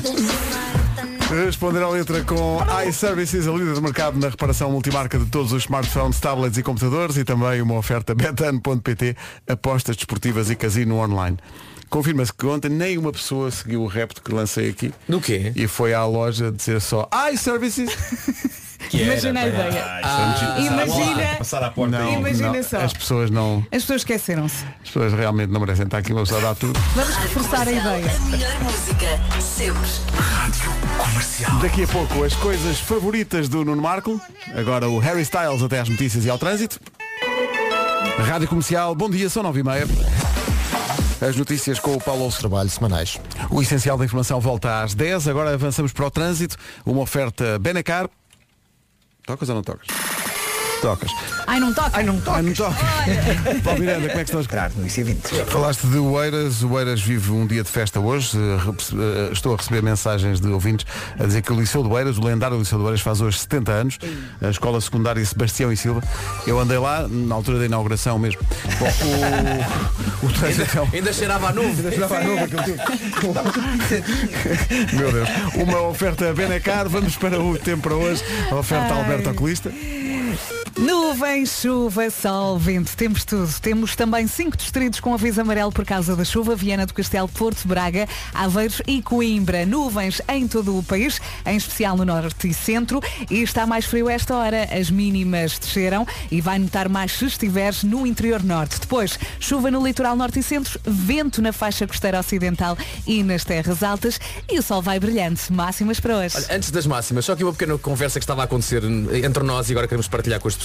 S2: Responder à letra com iServices, a líder de mercado na reparação multimarca de todos os smartphones, tablets e computadores e também uma oferta betano.pt, apostas desportivas e casino online. Confirma-se que ontem nem uma pessoa seguiu o repto que lancei aqui.
S1: Do quê?
S2: E foi à loja dizer só iServices.
S4: Imagina a ideia.
S8: Ah,
S4: Ah, Imagina-
S8: Passar à porta.
S2: Não,
S4: Imagina
S2: não,
S4: só.
S2: As pessoas não.
S4: As pessoas esqueceram-se.
S2: As pessoas realmente não merecem estar aqui, uma pessoa dá tudo.
S4: Vamos reforçar a ideia.
S13: A melhor música sempre.
S2: Daqui a pouco as coisas favoritas do Nuno Marco. Agora o Harry Styles até às notícias e ao trânsito. Rádio Comercial, bom dia, são nove e meia. As notícias com o Paulo Trabalho semanais. O essencial da informação volta às 10. Agora avançamos para o trânsito. Uma oferta Benacar. Tocas ou não tocas? Tocas.
S4: Ai, não toca. Ai, não toca.
S2: Ah, Paulo Miranda, como é que estás?
S3: Claro, no IC20.
S2: Falaste de Oeiras, o Oeiras vive um dia de festa hoje. Eh, rece- eh, Estou a receber mensagens de ouvintes a dizer que o Liceu de Oeiras, o lendário Liceu de Oeiras, faz hoje 70 anos, a Escola Secundária Sebastião e Silva. Eu andei lá na altura da inauguração mesmo. Bom, o, o trânsito é um-
S1: Ainda cheirava a nuvem.
S2: Ainda cheirava a nuvem, aquele Meu Deus. Uma oferta Benacar, vamos para o tempo para hoje. A oferta
S4: Ai.
S2: Alberto Oculista.
S4: Nuvem, chuva, sol, vento, temos tudo. Temos também cinco distritos com aviso amarelo por causa da chuva, Viana do Castelo, Porto, Braga, Aveiros e Coimbra. Nuvens em todo o país, em especial no norte e centro. E está mais frio esta hora, as mínimas desceram e vai notar mais se estiveres no interior norte. Depois, chuva no litoral norte e centro, vento na faixa costeira ocidental e nas terras altas e o sol vai brilhante. Máximas para hoje.
S1: Olha, antes das máximas, só que uma pequena conversa que estava a acontecer entre nós e agora queremos partilhar com as pessoas.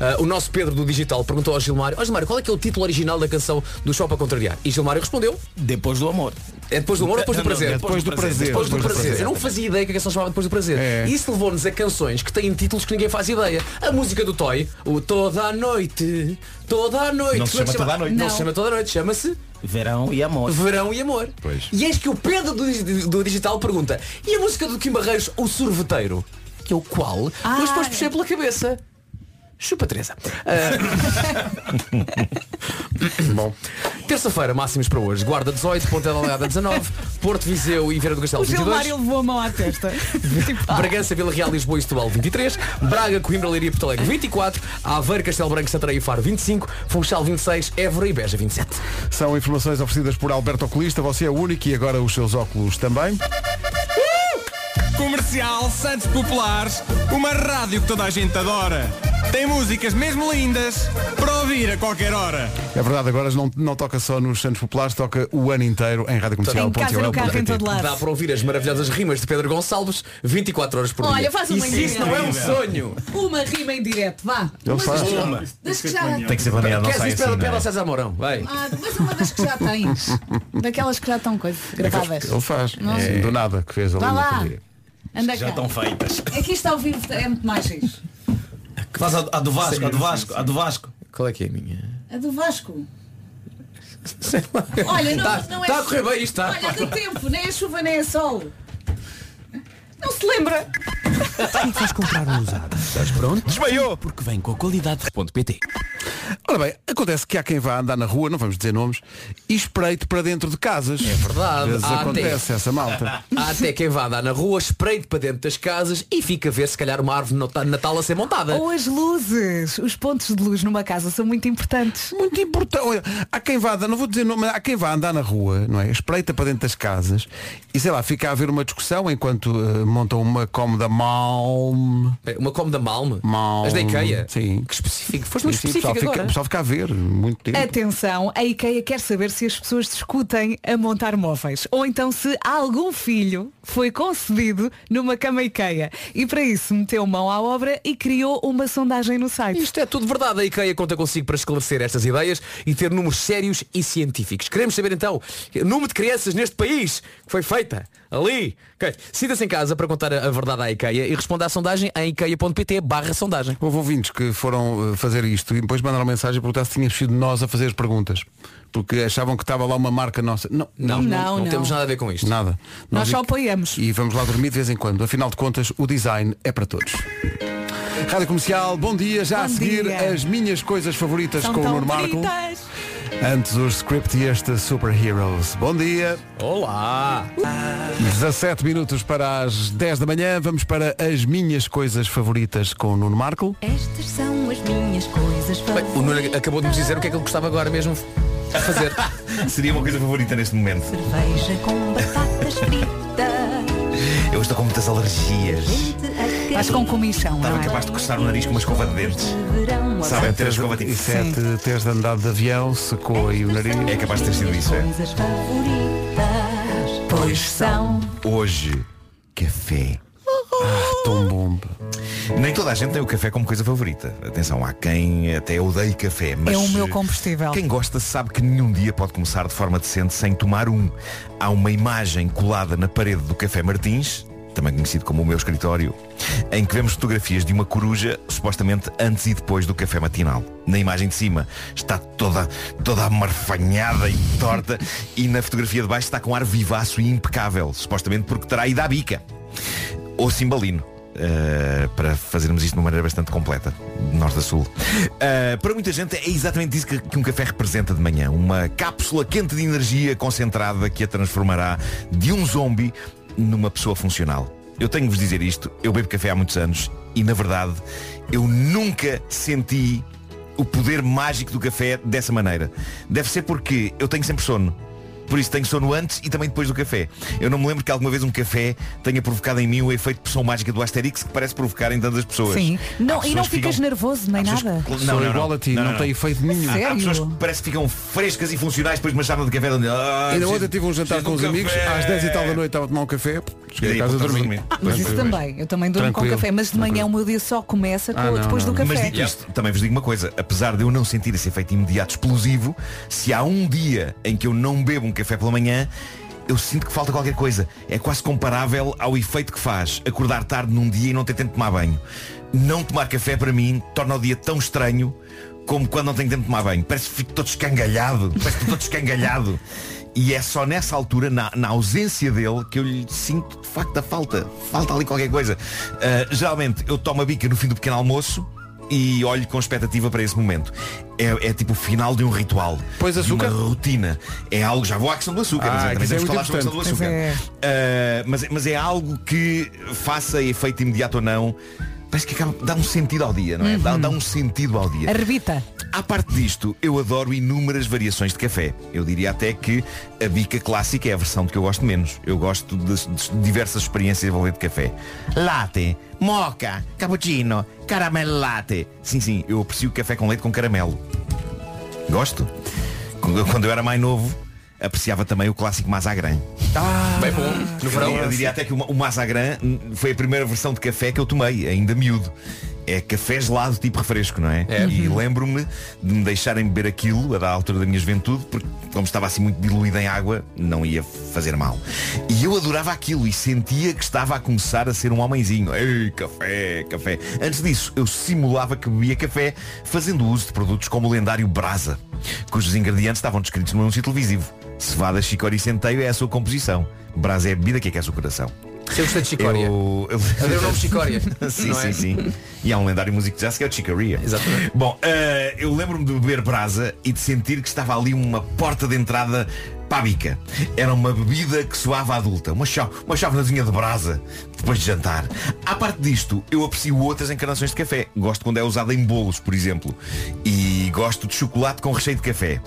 S1: Ah, o nosso Pedro do Digital perguntou ao Gilmário, ó Gilmário, qual é que é o título original da canção do Show para Contrariar? E Gilmário respondeu.
S11: Depois do amor.
S1: É depois do amor ou depois do
S2: Não, não,
S1: prazer?
S2: é depois do prazer.
S1: Depois do
S2: Depois do
S1: prazer.
S2: prazer.
S1: Eu não fazia ideia que a canção chamava depois do prazer.
S2: É.
S1: E isso levou-nos a canções que têm títulos que ninguém faz ideia. A música do Toy, o Toda a Noite, Toda a Noite.
S11: Não se
S1: Como é que
S11: chama Toda a Noite.
S1: Não
S11: Não.
S1: se chama Toda a Noite, chama-se
S11: Verão e amor.
S1: Verão e Amor.
S11: Pois.
S1: E eis que o Pedro do, do Digital pergunta E a música do Kim Barreiros, O Sorveteiro? Que é o qual? Mas depois puxei pela cabeça Chupa Teresa Ah,
S2: Bom
S1: Terça-feira, máximos para hoje Guarda 18, Ponta Delgada 19 Porto Viseu e Vieira do Castelo
S4: O
S1: 22
S4: Gilmário levou a mão à testa. Tipo,
S1: Bragança, Vila Real, Lisboa e Setúbal 23 Braga, Coimbra, Leiria e Porto Alegre 24 Aveiro, Castelo Branco, Santarém e Faro 25 Funchal 26, Évora e Beja 27
S2: São informações oferecidas por Alberto Oculista. Você é o único e agora os seus óculos também.
S10: Comercial Santos Populares, uma rádio que toda a gente adora. Tem músicas mesmo lindas para ouvir a qualquer hora.
S2: É verdade, agora não, não toca só nos Santos Populares, toca o ano inteiro em rádio comercial.
S1: Dá para ouvir as maravilhosas rimas de Pedro Gonçalves 24 horas por dia.
S4: Olha, faz uma
S1: Isso, isso não é um
S4: incrível.
S1: sonho.
S4: Uma rima em direto, vá.
S1: Ele
S4: Mas
S1: faz.
S4: isto-
S1: Uma.
S4: das que já-
S8: Tem que ser planeado, não
S1: Queres
S8: sai
S1: isso
S8: assim,
S1: pela-
S8: não é?
S1: pela César Mourão? Vai.
S4: Ah, mas uma das que já tens. Daquelas que já estão coisas gravadas.
S2: Ele faz.
S4: Não sei.
S2: É. Do nada que fez ali.
S4: Vá
S2: no outro
S4: lá.
S2: dia.
S4: Anda cá.
S8: feitas.
S4: Aqui está ao vivo, é muito mais isso.
S11: Faz a, a do Vasco, a do Vasco, a do Vasco.
S1: Qual é que é a minha?
S4: A do Vasco. Olha, não,
S1: Tá-
S4: não é
S1: tá a correr bem isto, tá?
S4: Olha, do tempo, nem é chuva, nem é sol. Não se lembra.
S14: Porquê que vais comprar um usado? Estás pronto? Desmaiou! Porque vem com a qualidade.pt
S2: Ora bem, acontece que há quem vá andar na rua, não vamos dizer nomes, e espreite para dentro de casas. É
S1: Verdade,
S2: Às vezes
S1: há
S2: acontece
S1: até,
S2: essa malta.
S1: Há até quem vá andar na rua, espreite para dentro das casas e fica a ver se calhar uma árvore de Natal a ser montada.
S4: Ou as luzes. Os pontos de luz numa casa são muito importantes.
S2: Muito importante. Olha, há quem vá andar, não vou dizer nome, mas há quem vá andar na rua, não é? Espreita para dentro das casas e sei lá, fica a haver uma discussão enquanto eh, montam uma cómoda malme.
S1: É Uma cómoda malme?
S2: Malme.
S1: As da IKEA?
S2: Sim.
S1: Que específico. Foste muito
S2: Sim,
S1: específico
S2: o pessoal fica-
S1: agora.
S2: O pessoal fica a ver muito tempo.
S4: Atenção, a IKEA quer saber se as pessoas discutem a montar móveis ou então se algum filho foi concebido numa cama IKEA. E para isso meteu mão à obra e criou uma sondagem no site.
S1: Isto é tudo verdade. A IKEA conta consigo para esclarecer estas ideias e ter números sérios e científicos. Queremos saber então o número de crianças neste país que foi feita ali. Ok. Sinta-se em casa para contar a a verdade à IKEA e responda à sondagem em IKEA.pt barra sondagem.
S2: Houve ouvintes que foram eh, fazer isto e depois mandaram mensagem a perguntar se tínhamos sido nós a fazer as perguntas. Porque achavam que estava lá uma marca nossa. Não,
S1: Não, não, não Não. temos nada a ver com isto.
S2: Nada.
S1: Nós
S8: é
S1: só
S4: apoiamos.
S2: E vamos lá dormir de vez em quando. Afinal de contas, o design é para todos. Rádio Comercial, bom dia. Já a
S5: Bom
S2: seguir
S5: dia.
S2: as minhas coisas favoritas
S5: São
S2: com o
S5: tão
S2: Nuno Marco.
S5: bonitas.
S2: Antes os script e este Superheroes. Bom dia.
S1: Olá.
S2: 17 minutos para as 10 da manhã. Vamos para as minhas coisas favoritas com o Nuno
S13: É.
S2: Marco.
S13: Estas são as minhas coisas
S1: Bem, o Nuno acabou de nos dizer o que é que ele gostava agora mesmo a fazer.
S8: Seria uma coisa favorita neste momento.
S13: Cerveja com batatas fritas.
S8: Eu estou com muitas alergias.
S4: Mas com comissão, não
S8: Estava
S4: é?
S8: capaz de coçar o nariz com uma escova de dentes.
S13: Verão,
S8: Sabem ter a escova de
S2: E
S8: dentes.
S2: sete teres de andado de avião, secou aí o nariz.
S8: É capaz de ter sido isso, é.
S13: coisas favoritas. Pois são.
S8: Hoje, café. Ah,
S2: tão bom.
S8: Nem toda a gente tem o café como coisa favorita. Atenção, há quem até odeie café, mas
S4: É o meu combustível.
S8: Quem gosta sabe que nenhum dia pode começar de forma decente sem tomar um. Há uma imagem colada na parede do Café Martins, também conhecido como o meu escritório, em que vemos fotografias de uma coruja, supostamente antes e depois do café matinal. Na imagem de cima está toda, toda amarfanhada e torta e na fotografia de baixo está com ar vivaço e impecável, supostamente porque terá ido à bica. Ou cimbalino. Uh, para fazermos isto de uma maneira bastante completa, de norte a sul. Uh, para muita gente é exatamente isso que, que um café representa de manhã. Uma cápsula quente de energia concentrada que a transformará de um zombie numa pessoa funcional. Eu tenho de vos dizer isto, eu bebo café há muitos anos e, na verdade, eu nunca senti o poder mágico do café dessa maneira. Deve ser porque eu tenho sempre sono. Por isso tenho sono antes e também depois do café. Eu não me lembro que alguma vez um café tenha provocado em mim o efeito de pressão mágica do Asterix que parece provocar em tantas pessoas.
S4: Sim. Não,
S8: Há
S4: e
S8: pessoas
S4: não
S8: que
S4: ficas
S8: ficam-
S4: nervoso nem nada.
S2: Sou igual a ti, não tem efeito nenhum.
S8: Há- Há,
S2: Sério?
S8: pessoas que parece que ficam frescas e funcionais depois de uma chamada de café. Onde, ah,
S2: Ainda
S8: preciso-
S2: ontem tive um jantar
S8: preciso
S2: com
S8: de
S2: os
S8: um
S2: amigos,
S8: café.
S2: às 10 e tal da noite estava a tomar um café,
S8: E
S2: cheguei
S8: aí
S2: a casa a
S8: voltamos a
S2: dormir.
S8: dormir.
S4: Mas isso também, eu também durmo com
S8: Tranquilo,
S4: café, mas de manhã o meu dia só começa com-
S8: Ah, não,
S4: depois
S8: não,
S4: do
S8: não.
S4: café.
S8: Mas dito isto, também vos digo uma coisa, apesar de eu não sentir esse efeito imediato explosivo, se há um dia em que eu não bebo um café pela manhã, eu sinto que falta qualquer coisa. É quase comparável ao efeito que faz acordar tarde num dia e não ter tempo de tomar banho. Não tomar café para mim torna o dia tão estranho como quando não tenho tempo de tomar banho. Parece que fico todo escangalhado, parece que estou todo escangalhado. E é só nessa altura, na, na ausência dele, que eu lhe sinto de facto a falta. Falta ali qualquer coisa. Ah, geralmente eu tomo a bica no fim do pequeno almoço e olho com expectativa para esse momento. É, é tipo o final de um ritual. Pois açúcar? uma rotina. É algo, já vou à questão do açúcar,
S2: Ah,
S8: exatamente.
S2: que isso é
S8: Temos que falar
S2: muito
S8: sobre a questão do açúcar.
S2: importante.
S8: é Ah, mas, mas é algo que, faça efeito imediato ou não, parece que acaba, dá um sentido ao dia,
S2: Uhum.
S8: não é? Dá, dá um sentido ao dia.
S4: Arrebita.
S8: À parte disto, eu adoro inúmeras variações de café. Eu diria até que a bica clássica é a versão de que eu gosto menos. Eu gosto de, de diversas experiências envolvendo de café. Latte, moca, cappuccino, caramelo latte. Sim, sim, eu aprecio café com leite com caramelo. Gosto. Quando eu- Quando eu era mais novo, apreciava também o clássico Mazagran.
S1: Bem bom, no verão.
S8: Eu, diria até que o, ma- o Mazagran hum, foi a primeira versão de café que eu tomei, ainda miúdo. É café gelado tipo refresco, não é? E lembro-me de me deixarem beber aquilo a da altura da minha juventude, porque como estava assim muito diluído em água, não ia fazer mal. E eu adorava aquilo e sentia que estava a começar a ser um homenzinho. Ei, café, café. Antes disso, eu simulava que bebia café fazendo uso de produtos como o lendário Brasa, cujos ingredientes estavam descritos no anúncio televisivo. Cevada, chicória e centeio é a sua composição. Brasa é a bebida que aquece o coração.
S1: Eu gostei de Chicória.
S8: Eu... eu-
S1: Adorei o nome Chicória,
S8: sim,
S1: não
S8: sim,
S1: é?
S8: sim. E há um lendário músico de jazz que é o Chicoria. Exatamente. Bom, eh, eu lembro-me de beber brasa e de sentir que estava ali uma porta de entrada para a bica. Era uma bebida que soava adulta. Uma, chá, uma chávenazinha de brasa depois de jantar. À parte disto, eu aprecio outras encarnações de café. Gosto quando é usada em bolos, por exemplo. E gosto de chocolate com recheio de café.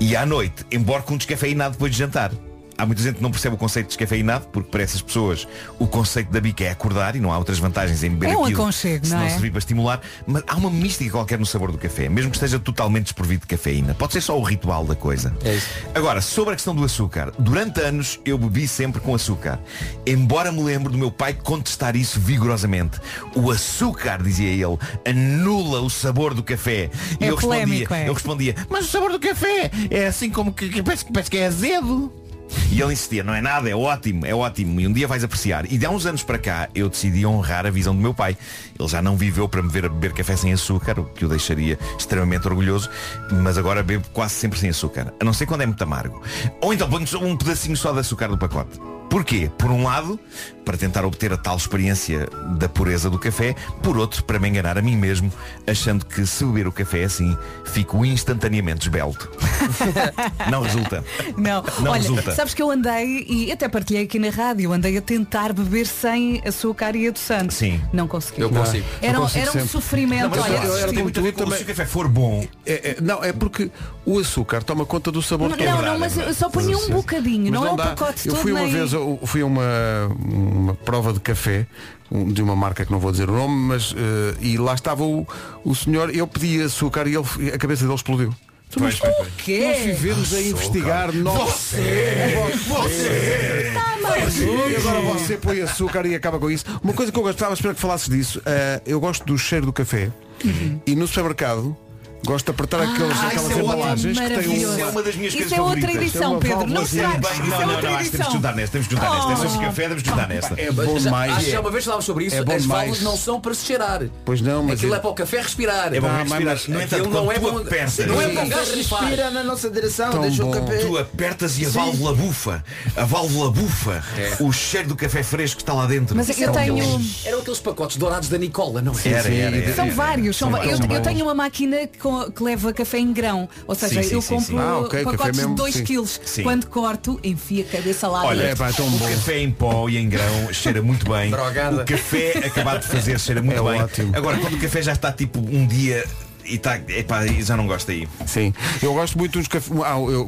S8: E à noite, embora com um descafeinado depois de jantar. Há muita gente que não percebe o conceito de descafeinado, porque para essas pessoas o conceito da bica é acordar e não há outras vantagens em beber
S4: É um
S8: aquilo,
S4: aconchego,
S8: se
S4: não é?
S8: servir para estimular. Mas há uma mística qualquer no sabor do café, mesmo que esteja totalmente desprovido de cafeína. Pode ser só o ritual da coisa. Agora, sobre a questão do açúcar. Durante anos eu bebi sempre com açúcar. Embora me lembre do meu pai contestar isso vigorosamente. O açúcar, dizia ele, anula o sabor do café.
S12: É
S8: e eu
S12: polémico,
S8: respondia,
S12: é.
S8: eu respondia, mas o sabor do café é assim como que, que parece, que parece que é azedo. E ele insistia, não é nada, é ótimo, é ótimo E um dia vais apreciar E de há uns anos para cá eu decidi honrar a visão do meu pai Ele já não viveu para me ver a beber café sem açúcar O que o deixaria extremamente orgulhoso Mas agora bebo quase sempre sem açúcar A não ser quando é muito amargo Ou então ponho só um pedacinho só de açúcar do pacote Porquê? Por um lado, para tentar obter a tal experiência da pureza do café, por outro, para me enganar a mim mesmo, achando que se beber o café assim, fico instantaneamente esbelto. não resulta.
S4: Não,
S8: Não
S4: olha,
S8: resulta.
S4: sabes que eu andei e até partilhei aqui na rádio, andei a tentar beber sem açúcar e adoçante.
S8: Sim.
S4: Não consegui.
S8: Eu consigo.
S4: Era,
S2: Eu consigo
S4: era um
S2: sempre.
S4: sofrimento.
S2: Não, mas
S4: olha,
S2: eu- eu era
S4: desisti.
S2: tipo tu também-
S8: Se o café for bom.
S2: É, é, não, é porque o açúcar toma conta do sabor
S4: Não,
S2: todo.
S4: não, não, mas eu só ponho
S2: Mas
S4: um
S2: assim, mas
S4: bocadinho, não é o
S2: dá.
S4: pacote
S2: Eu
S4: todo,
S2: fui uma
S4: nem-
S2: vez, eu fui a uma, uma prova de café um- de uma marca que não vou dizer o nome, mas eh, e lá estava o, o senhor, eu pedi açúcar e ele, a cabeça dele explodiu. Tu, Mas
S4: quê?
S2: nós vivemos a investigar nós.
S12: Você!
S4: Ah,
S12: Tá
S2: é
S12: maluco?
S2: E agora você põe açúcar e acaba com isso. Uma coisa que eu gostava, espero que falasses disso. eh, eu gosto do cheiro do café. E no supermercado, gosto de apertar aqueles,
S12: ah,
S2: aquelas
S12: isso é ótimo,
S2: embalagens que têm um-
S12: maravilhoso. Isso é uma das minhas coisas favoritas. Isso é uma válvulazinha.
S4: é
S8: Bem, não, não, não, acho que temos que juntar nesta, temos que juntar nesta. É sobre café, temos que juntar nesta.
S1: É bom demais. Acho que já uma vez falámos sobre isso.
S8: É bom
S1: As válvulas
S8: demais.
S1: não são para se cheirar.
S2: Pois não, mas
S1: Aquilo
S2: eu-
S1: é para o café respirar.
S8: É bom
S1: Ah,
S8: respirar.
S1: mas
S8: No entanto,
S1: aquilo
S8: quando
S1: não é
S8: tu
S1: bom.
S8: apertas,
S1: Não é
S11: Sim.
S1: bom gás rifar.
S11: Respira na nossa direção,
S8: Tão
S11: deixa o
S8: bom.
S11: café.
S8: Tu apertas e a
S11: Sim.
S8: válvula bufa. A válvula bufa.
S1: É.
S8: O cheiro do café fresco que está lá dentro.
S1: Eram aqueles- Eram aqules pacotes dourados da Nicola, não é?
S8: Era, era, era.
S4: São vários, são
S8: São
S4: va- eu,
S8: vários, são
S4: eu
S8: vários.
S4: tenho uma máquina com- que leva café em grão, ou seja,
S8: Sim, sim,
S4: eu
S8: sim,
S4: compro
S8: sim. Ah, ok, café
S4: pacotes
S8: mesmo,
S4: de 2
S8: sim.
S4: quilos.
S8: Sim.
S4: Quando corto, enfio a cabeça lá
S8: Olha,
S1: É,
S4: dentro.
S8: o café em pó e em grão cheira muito bem.
S1: Drogada. É
S8: O café acabado de fazer cheira muito bem. Agora, quando o café já está tipo um dia e está. Epá, já não gosto aí.
S2: Sim, eu gosto muito dos cafés,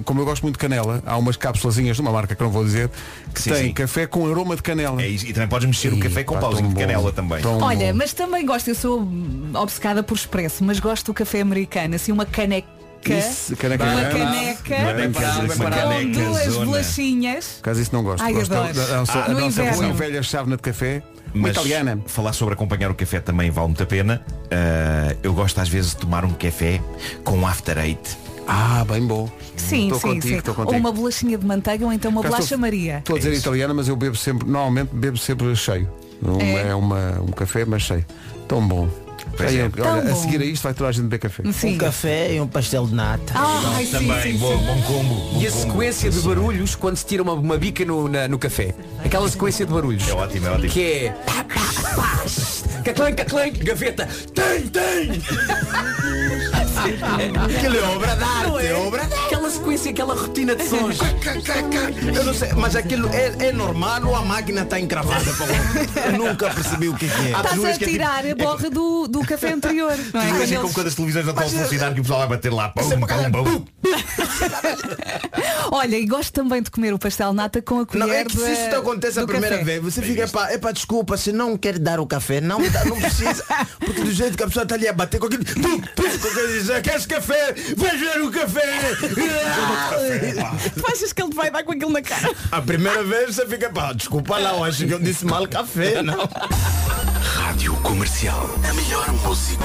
S2: como um, eu gosto muito de canela, há umas cápsulazinhas de uma marca que não vou dizer, que
S8: Sim,
S2: tem
S8: sim.
S2: café com aroma de canela.
S8: É isso. E também podes mexer o café com
S2: pá,
S8: pauzinho
S2: tão
S8: de
S2: é bom,
S8: canela também.
S4: Olha, mas também gosto, eu sou hum, obcecada por expresso, mas gosto do café americano, assim uma caneca.
S2: Isso, caneca
S4: uma
S2: americana.
S8: é
S4: caneca
S2: Bem parado, bem parado.
S4: com
S2: Caneca
S4: duas
S2: zona.
S4: bolachinhas.
S2: Por causa disso não gosto.
S4: Ai,
S2: gosto
S4: adoro.
S2: da, da, nossa-
S4: Ah,
S2: da
S4: no
S2: nossa
S4: inverno.
S2: boa e velha chávena de café, uma
S8: Mas
S2: italiana.
S8: falar sobre acompanhar o café também vale muito a pena. Ah, eu gosto às vezes de tomar um café com um after eight.
S2: Ah, bem bom.
S4: Sim, sim, sim. Ou uma bolachinha de manteiga ou então uma
S2: Cá estou-
S4: bolacha Maria.
S2: Estou a
S11: É
S2: dizer italiana, mas eu bebo sempre, normalmente bebo sempre cheio. Um-
S4: É?
S2: é uma- um café, mas cheio. Tão bom.
S11: Pois
S2: Aí,
S11: é.
S2: olha,
S11: Tão
S2: a
S11: bom.
S2: seguir a isto vai toda a gente beber café.
S11: Um café e um pastel de nata.
S1: E a sequência de barulhos quando se tira uma, uma bica no, na- no café. Aquela sequência de barulhos. É
S8: ótimo, é ótimo.
S1: Que é. pá, pá, pá, Caclan, caclan, gaveta. Tem, tem!
S12: Aquilo é obra de arte,
S1: Não
S12: é obra de arte.
S1: Aquela sequência isso e aquela rotina de sons.
S11: Eu não sei, mas aquilo é, é normal ou a máquina está encravada? pá? Eu nunca percebi o que é que é.
S4: Estás a
S8: tipo-
S4: tirar a borra do, do café anterior, não é? Quando
S8: Não, é como
S4: eles-
S8: quando as televisões não estão a funcionar que o pessoal vai bater lá.
S4: é
S8: Pum, pum, pum.
S4: Olha, e gosto também de comer o pastel de nata com a colher
S11: Não, é que se
S4: do-
S11: isso te acontece a
S4: do
S11: primeira
S4: café.
S11: vez, você fica, pá, é pá, desculpa, se não quer dar o café, não, dá- não precisa. Porque do jeito que a pessoa está ali a bater com aquilo, pum, pum, com aquilo, diz, queres café? Vais ver o café!
S15: Tu achas que ele vai dar com aquilo na cara?
S11: A primeira vez você fica, pá, desculpa lá, eu acho que eu disse mal café, não.
S5: Rádio E Comercial. A melhor música.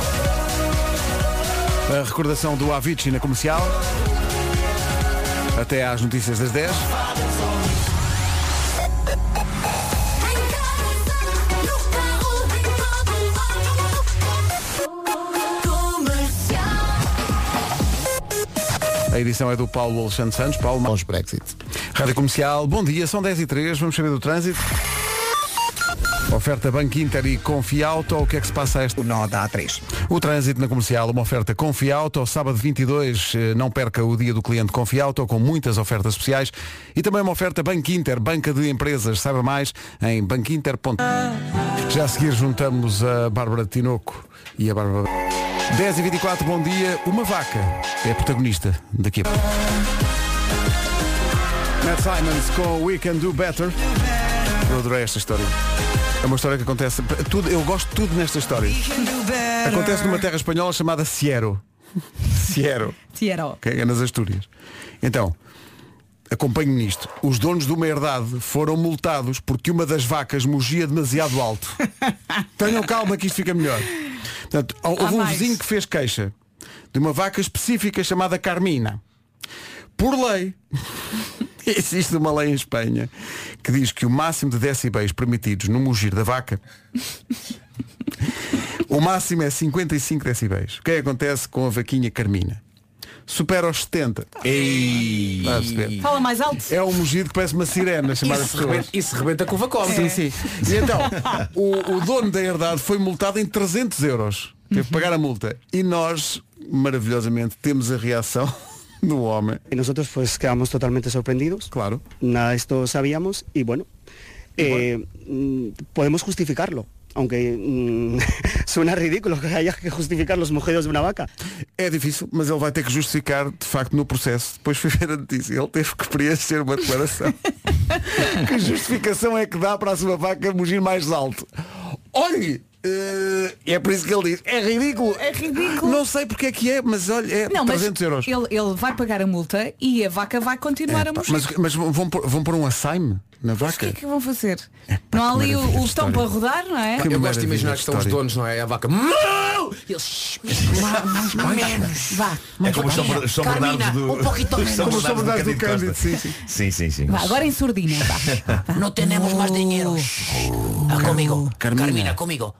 S2: A recordação do Avicii na comercial. Até às notícias das 10.
S6: é
S2: A edição é do Paulo Alexandre Santos. Paulo Maus Brexit. Rádio Comercial, bom dia, são 10 e 3 vamos saber do trânsito. Oferta Banco Inter e Confiauto, o que é que se passa a este? O nó da A3. O trânsito na comercial, uma oferta Confiauto, sábado 22, eh, não perca o dia do cliente Confiauto, com muitas ofertas especiais e também uma oferta Banco Inter, banca de empresas, saiba mais em banquinter.com. Já a seguir juntamos a Bárbara Tinoco e a Bárbara... 10 e 24 bom dia, uma vaca é protagonista daqui a pouco. Matt Simons com We Can Do Better. Eu adorei esta história. É uma história que acontece. Tudo, eu gosto de tudo nesta história. Acontece numa terra espanhola chamada Siero. Siero.
S4: Tiero.
S2: que é nas Astúrias. Então, acompanhe nisto. Os donos de uma herdade foram multados porque uma das vacas mugia demasiado alto. Tenham calma que isto fica melhor. Portanto, hou- houve um vizinho que fez queixa de uma vaca específica chamada Carmina. Por lei, existe uma lei em Espanha que diz que o máximo de decibéis permitidos no mugir da vaca o máximo é 55 decibéis. O que é que acontece com a vaquinha Carmina? Supera os 70. Está Tá a perceber?
S4: Fala mais alto.
S2: É um mugido que parece uma sirena chamada
S1: Isso rebenta- isso rebenta com o Vacom.
S2: Sim, sim. E então, o, o dono da herdade foi multado em 300 euros. Teve que pagar a multa. E nós, maravilhosamente, temos a reação do homem.
S16: Y nosotros pues quedamos totalmente sorprendidos.
S2: Claro.
S16: Nada de esto sabíamos y bueno, eh, mm, podemos justificarlo. Aunque mm, suena ridículo que haya que justificar los mujeres de una vaca.
S2: É difícil, mas ele vai ter que justificar, de facto, no processo. Depois fui ver a notícia. Ele teve que preencher uma declaração. que justificação é que dá para a sua vaca mugir mais alto? Olhe! eh, é por isso que ele diz, é ridículo.
S4: É ridículo.
S2: Não sei porque é que é, mas olha, é
S4: Não, mas
S2: 300 euros.
S4: Ele, ele vai pagar a multa e a vaca vai continuar a
S2: Epá,
S4: mugir.
S2: mas, mas vão, pôr, vão pôr um assaime na
S4: Mas o que é
S2: vaca?
S4: que vão fazer? não há ali
S2: que
S4: o,
S2: maravilha
S4: o
S2: de
S4: estão para
S2: história.
S4: rodar, não é?
S2: Que
S1: Eu gosto
S2: maravilha
S1: de imaginar que estão os
S2: história.
S1: donos, não é? A vaca. "Mau!" E eles.
S4: Mais, menos. Vá.
S8: É como os sombra- os sombredados do.
S4: um pouquinho
S8: os
S4: menos.
S8: sombredados
S4: Como os sombredados
S8: do Cândido Costa. Sim, sim, sim.
S4: Vá, agora em surdina. Vá.
S17: No tenemos más dinero. Ah, conmigo.
S2: Carmina.
S17: Carmina, conmigo.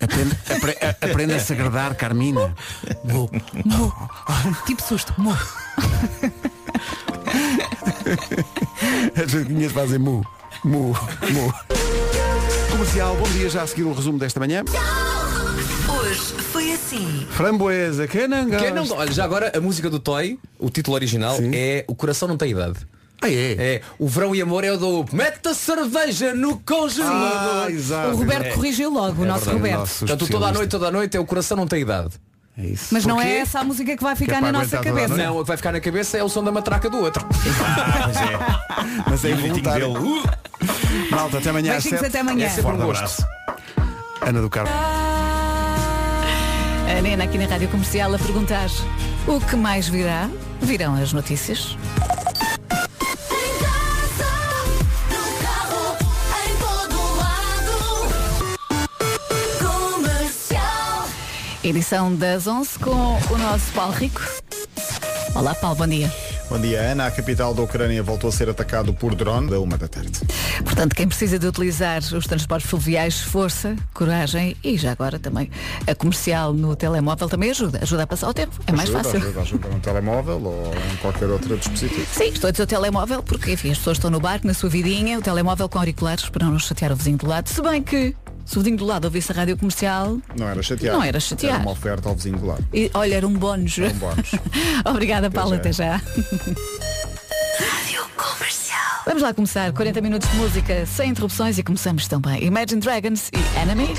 S2: Aprenda, apre- a- aprenda a se agradar, Carmina.
S4: Mu. Tipo susto. Mu.
S2: As vaquinhas fazem mu, mu, mu. Comercial, bom dia, já a seguir o resumo desta manhã.
S13: Oh. Hoje foi assim.
S2: Framboesa, quem não gosta?
S1: Quem não go- Olha, já agora a música do Toy, o título original, é O Coração Não Tem Idade.
S2: Ah, é?
S1: é? O Verão e Amor é o do Mete a cerveja no congelador.
S2: Ah, exato.
S4: O Roberto corrigiu logo, o nosso Roberto.
S1: Portanto, o toda a noite, toda a noite é o coração não tem idade.
S2: É isso.
S4: Mas não é essa a música que vai ficar na nossa cabeça.
S1: Não, a que vai ficar na cabeça é o som da matraca do outro.
S8: é,
S2: Mas é
S1: E o gritinho
S2: involuntário. Malta, até amanhã. às
S4: Beijinhos,
S2: sete.
S4: até amanhã. É sempre um
S2: Forte
S4: gosto.
S2: Ana do Carmo.
S4: A Nena aqui na Rádio Comercial a perguntar o que mais virá? Virão as notícias. Edição das 11 com o nosso Paulo Rico. Olá Paulo, bom dia.
S18: Bom dia, Ana. A capital da Ucrânia voltou a ser atacado por drone da uma da tarde.
S4: Portanto, quem precisa de utilizar os transportes fluviais, força, coragem e já agora também a comercial no telemóvel também ajuda. Ajuda a passar o tempo, é mais
S18: ajuda,
S4: fácil.
S18: Ajuda, ajuda um telemóvel ou em qualquer outro dispositivo.
S4: Sim, estou a dizer o telemóvel porque, enfim, as pessoas estão no barco, na sua vidinha, o telemóvel com auriculares para não chatear o vizinho do lado. Se bem que Se o vizinho do lado ouvisse a rádio comercial.
S18: Não era chateado.
S4: Não era chateado.
S18: Era uma oferta ao vizinho do lado.
S4: E, olha, era um bónus.
S18: Era um bónus.
S4: Obrigada,
S18: já.
S4: Paula, até já. Vamos lá começar. 40 minutos de música sem interrupções e começamos também. Imagine Dragons e Enemy.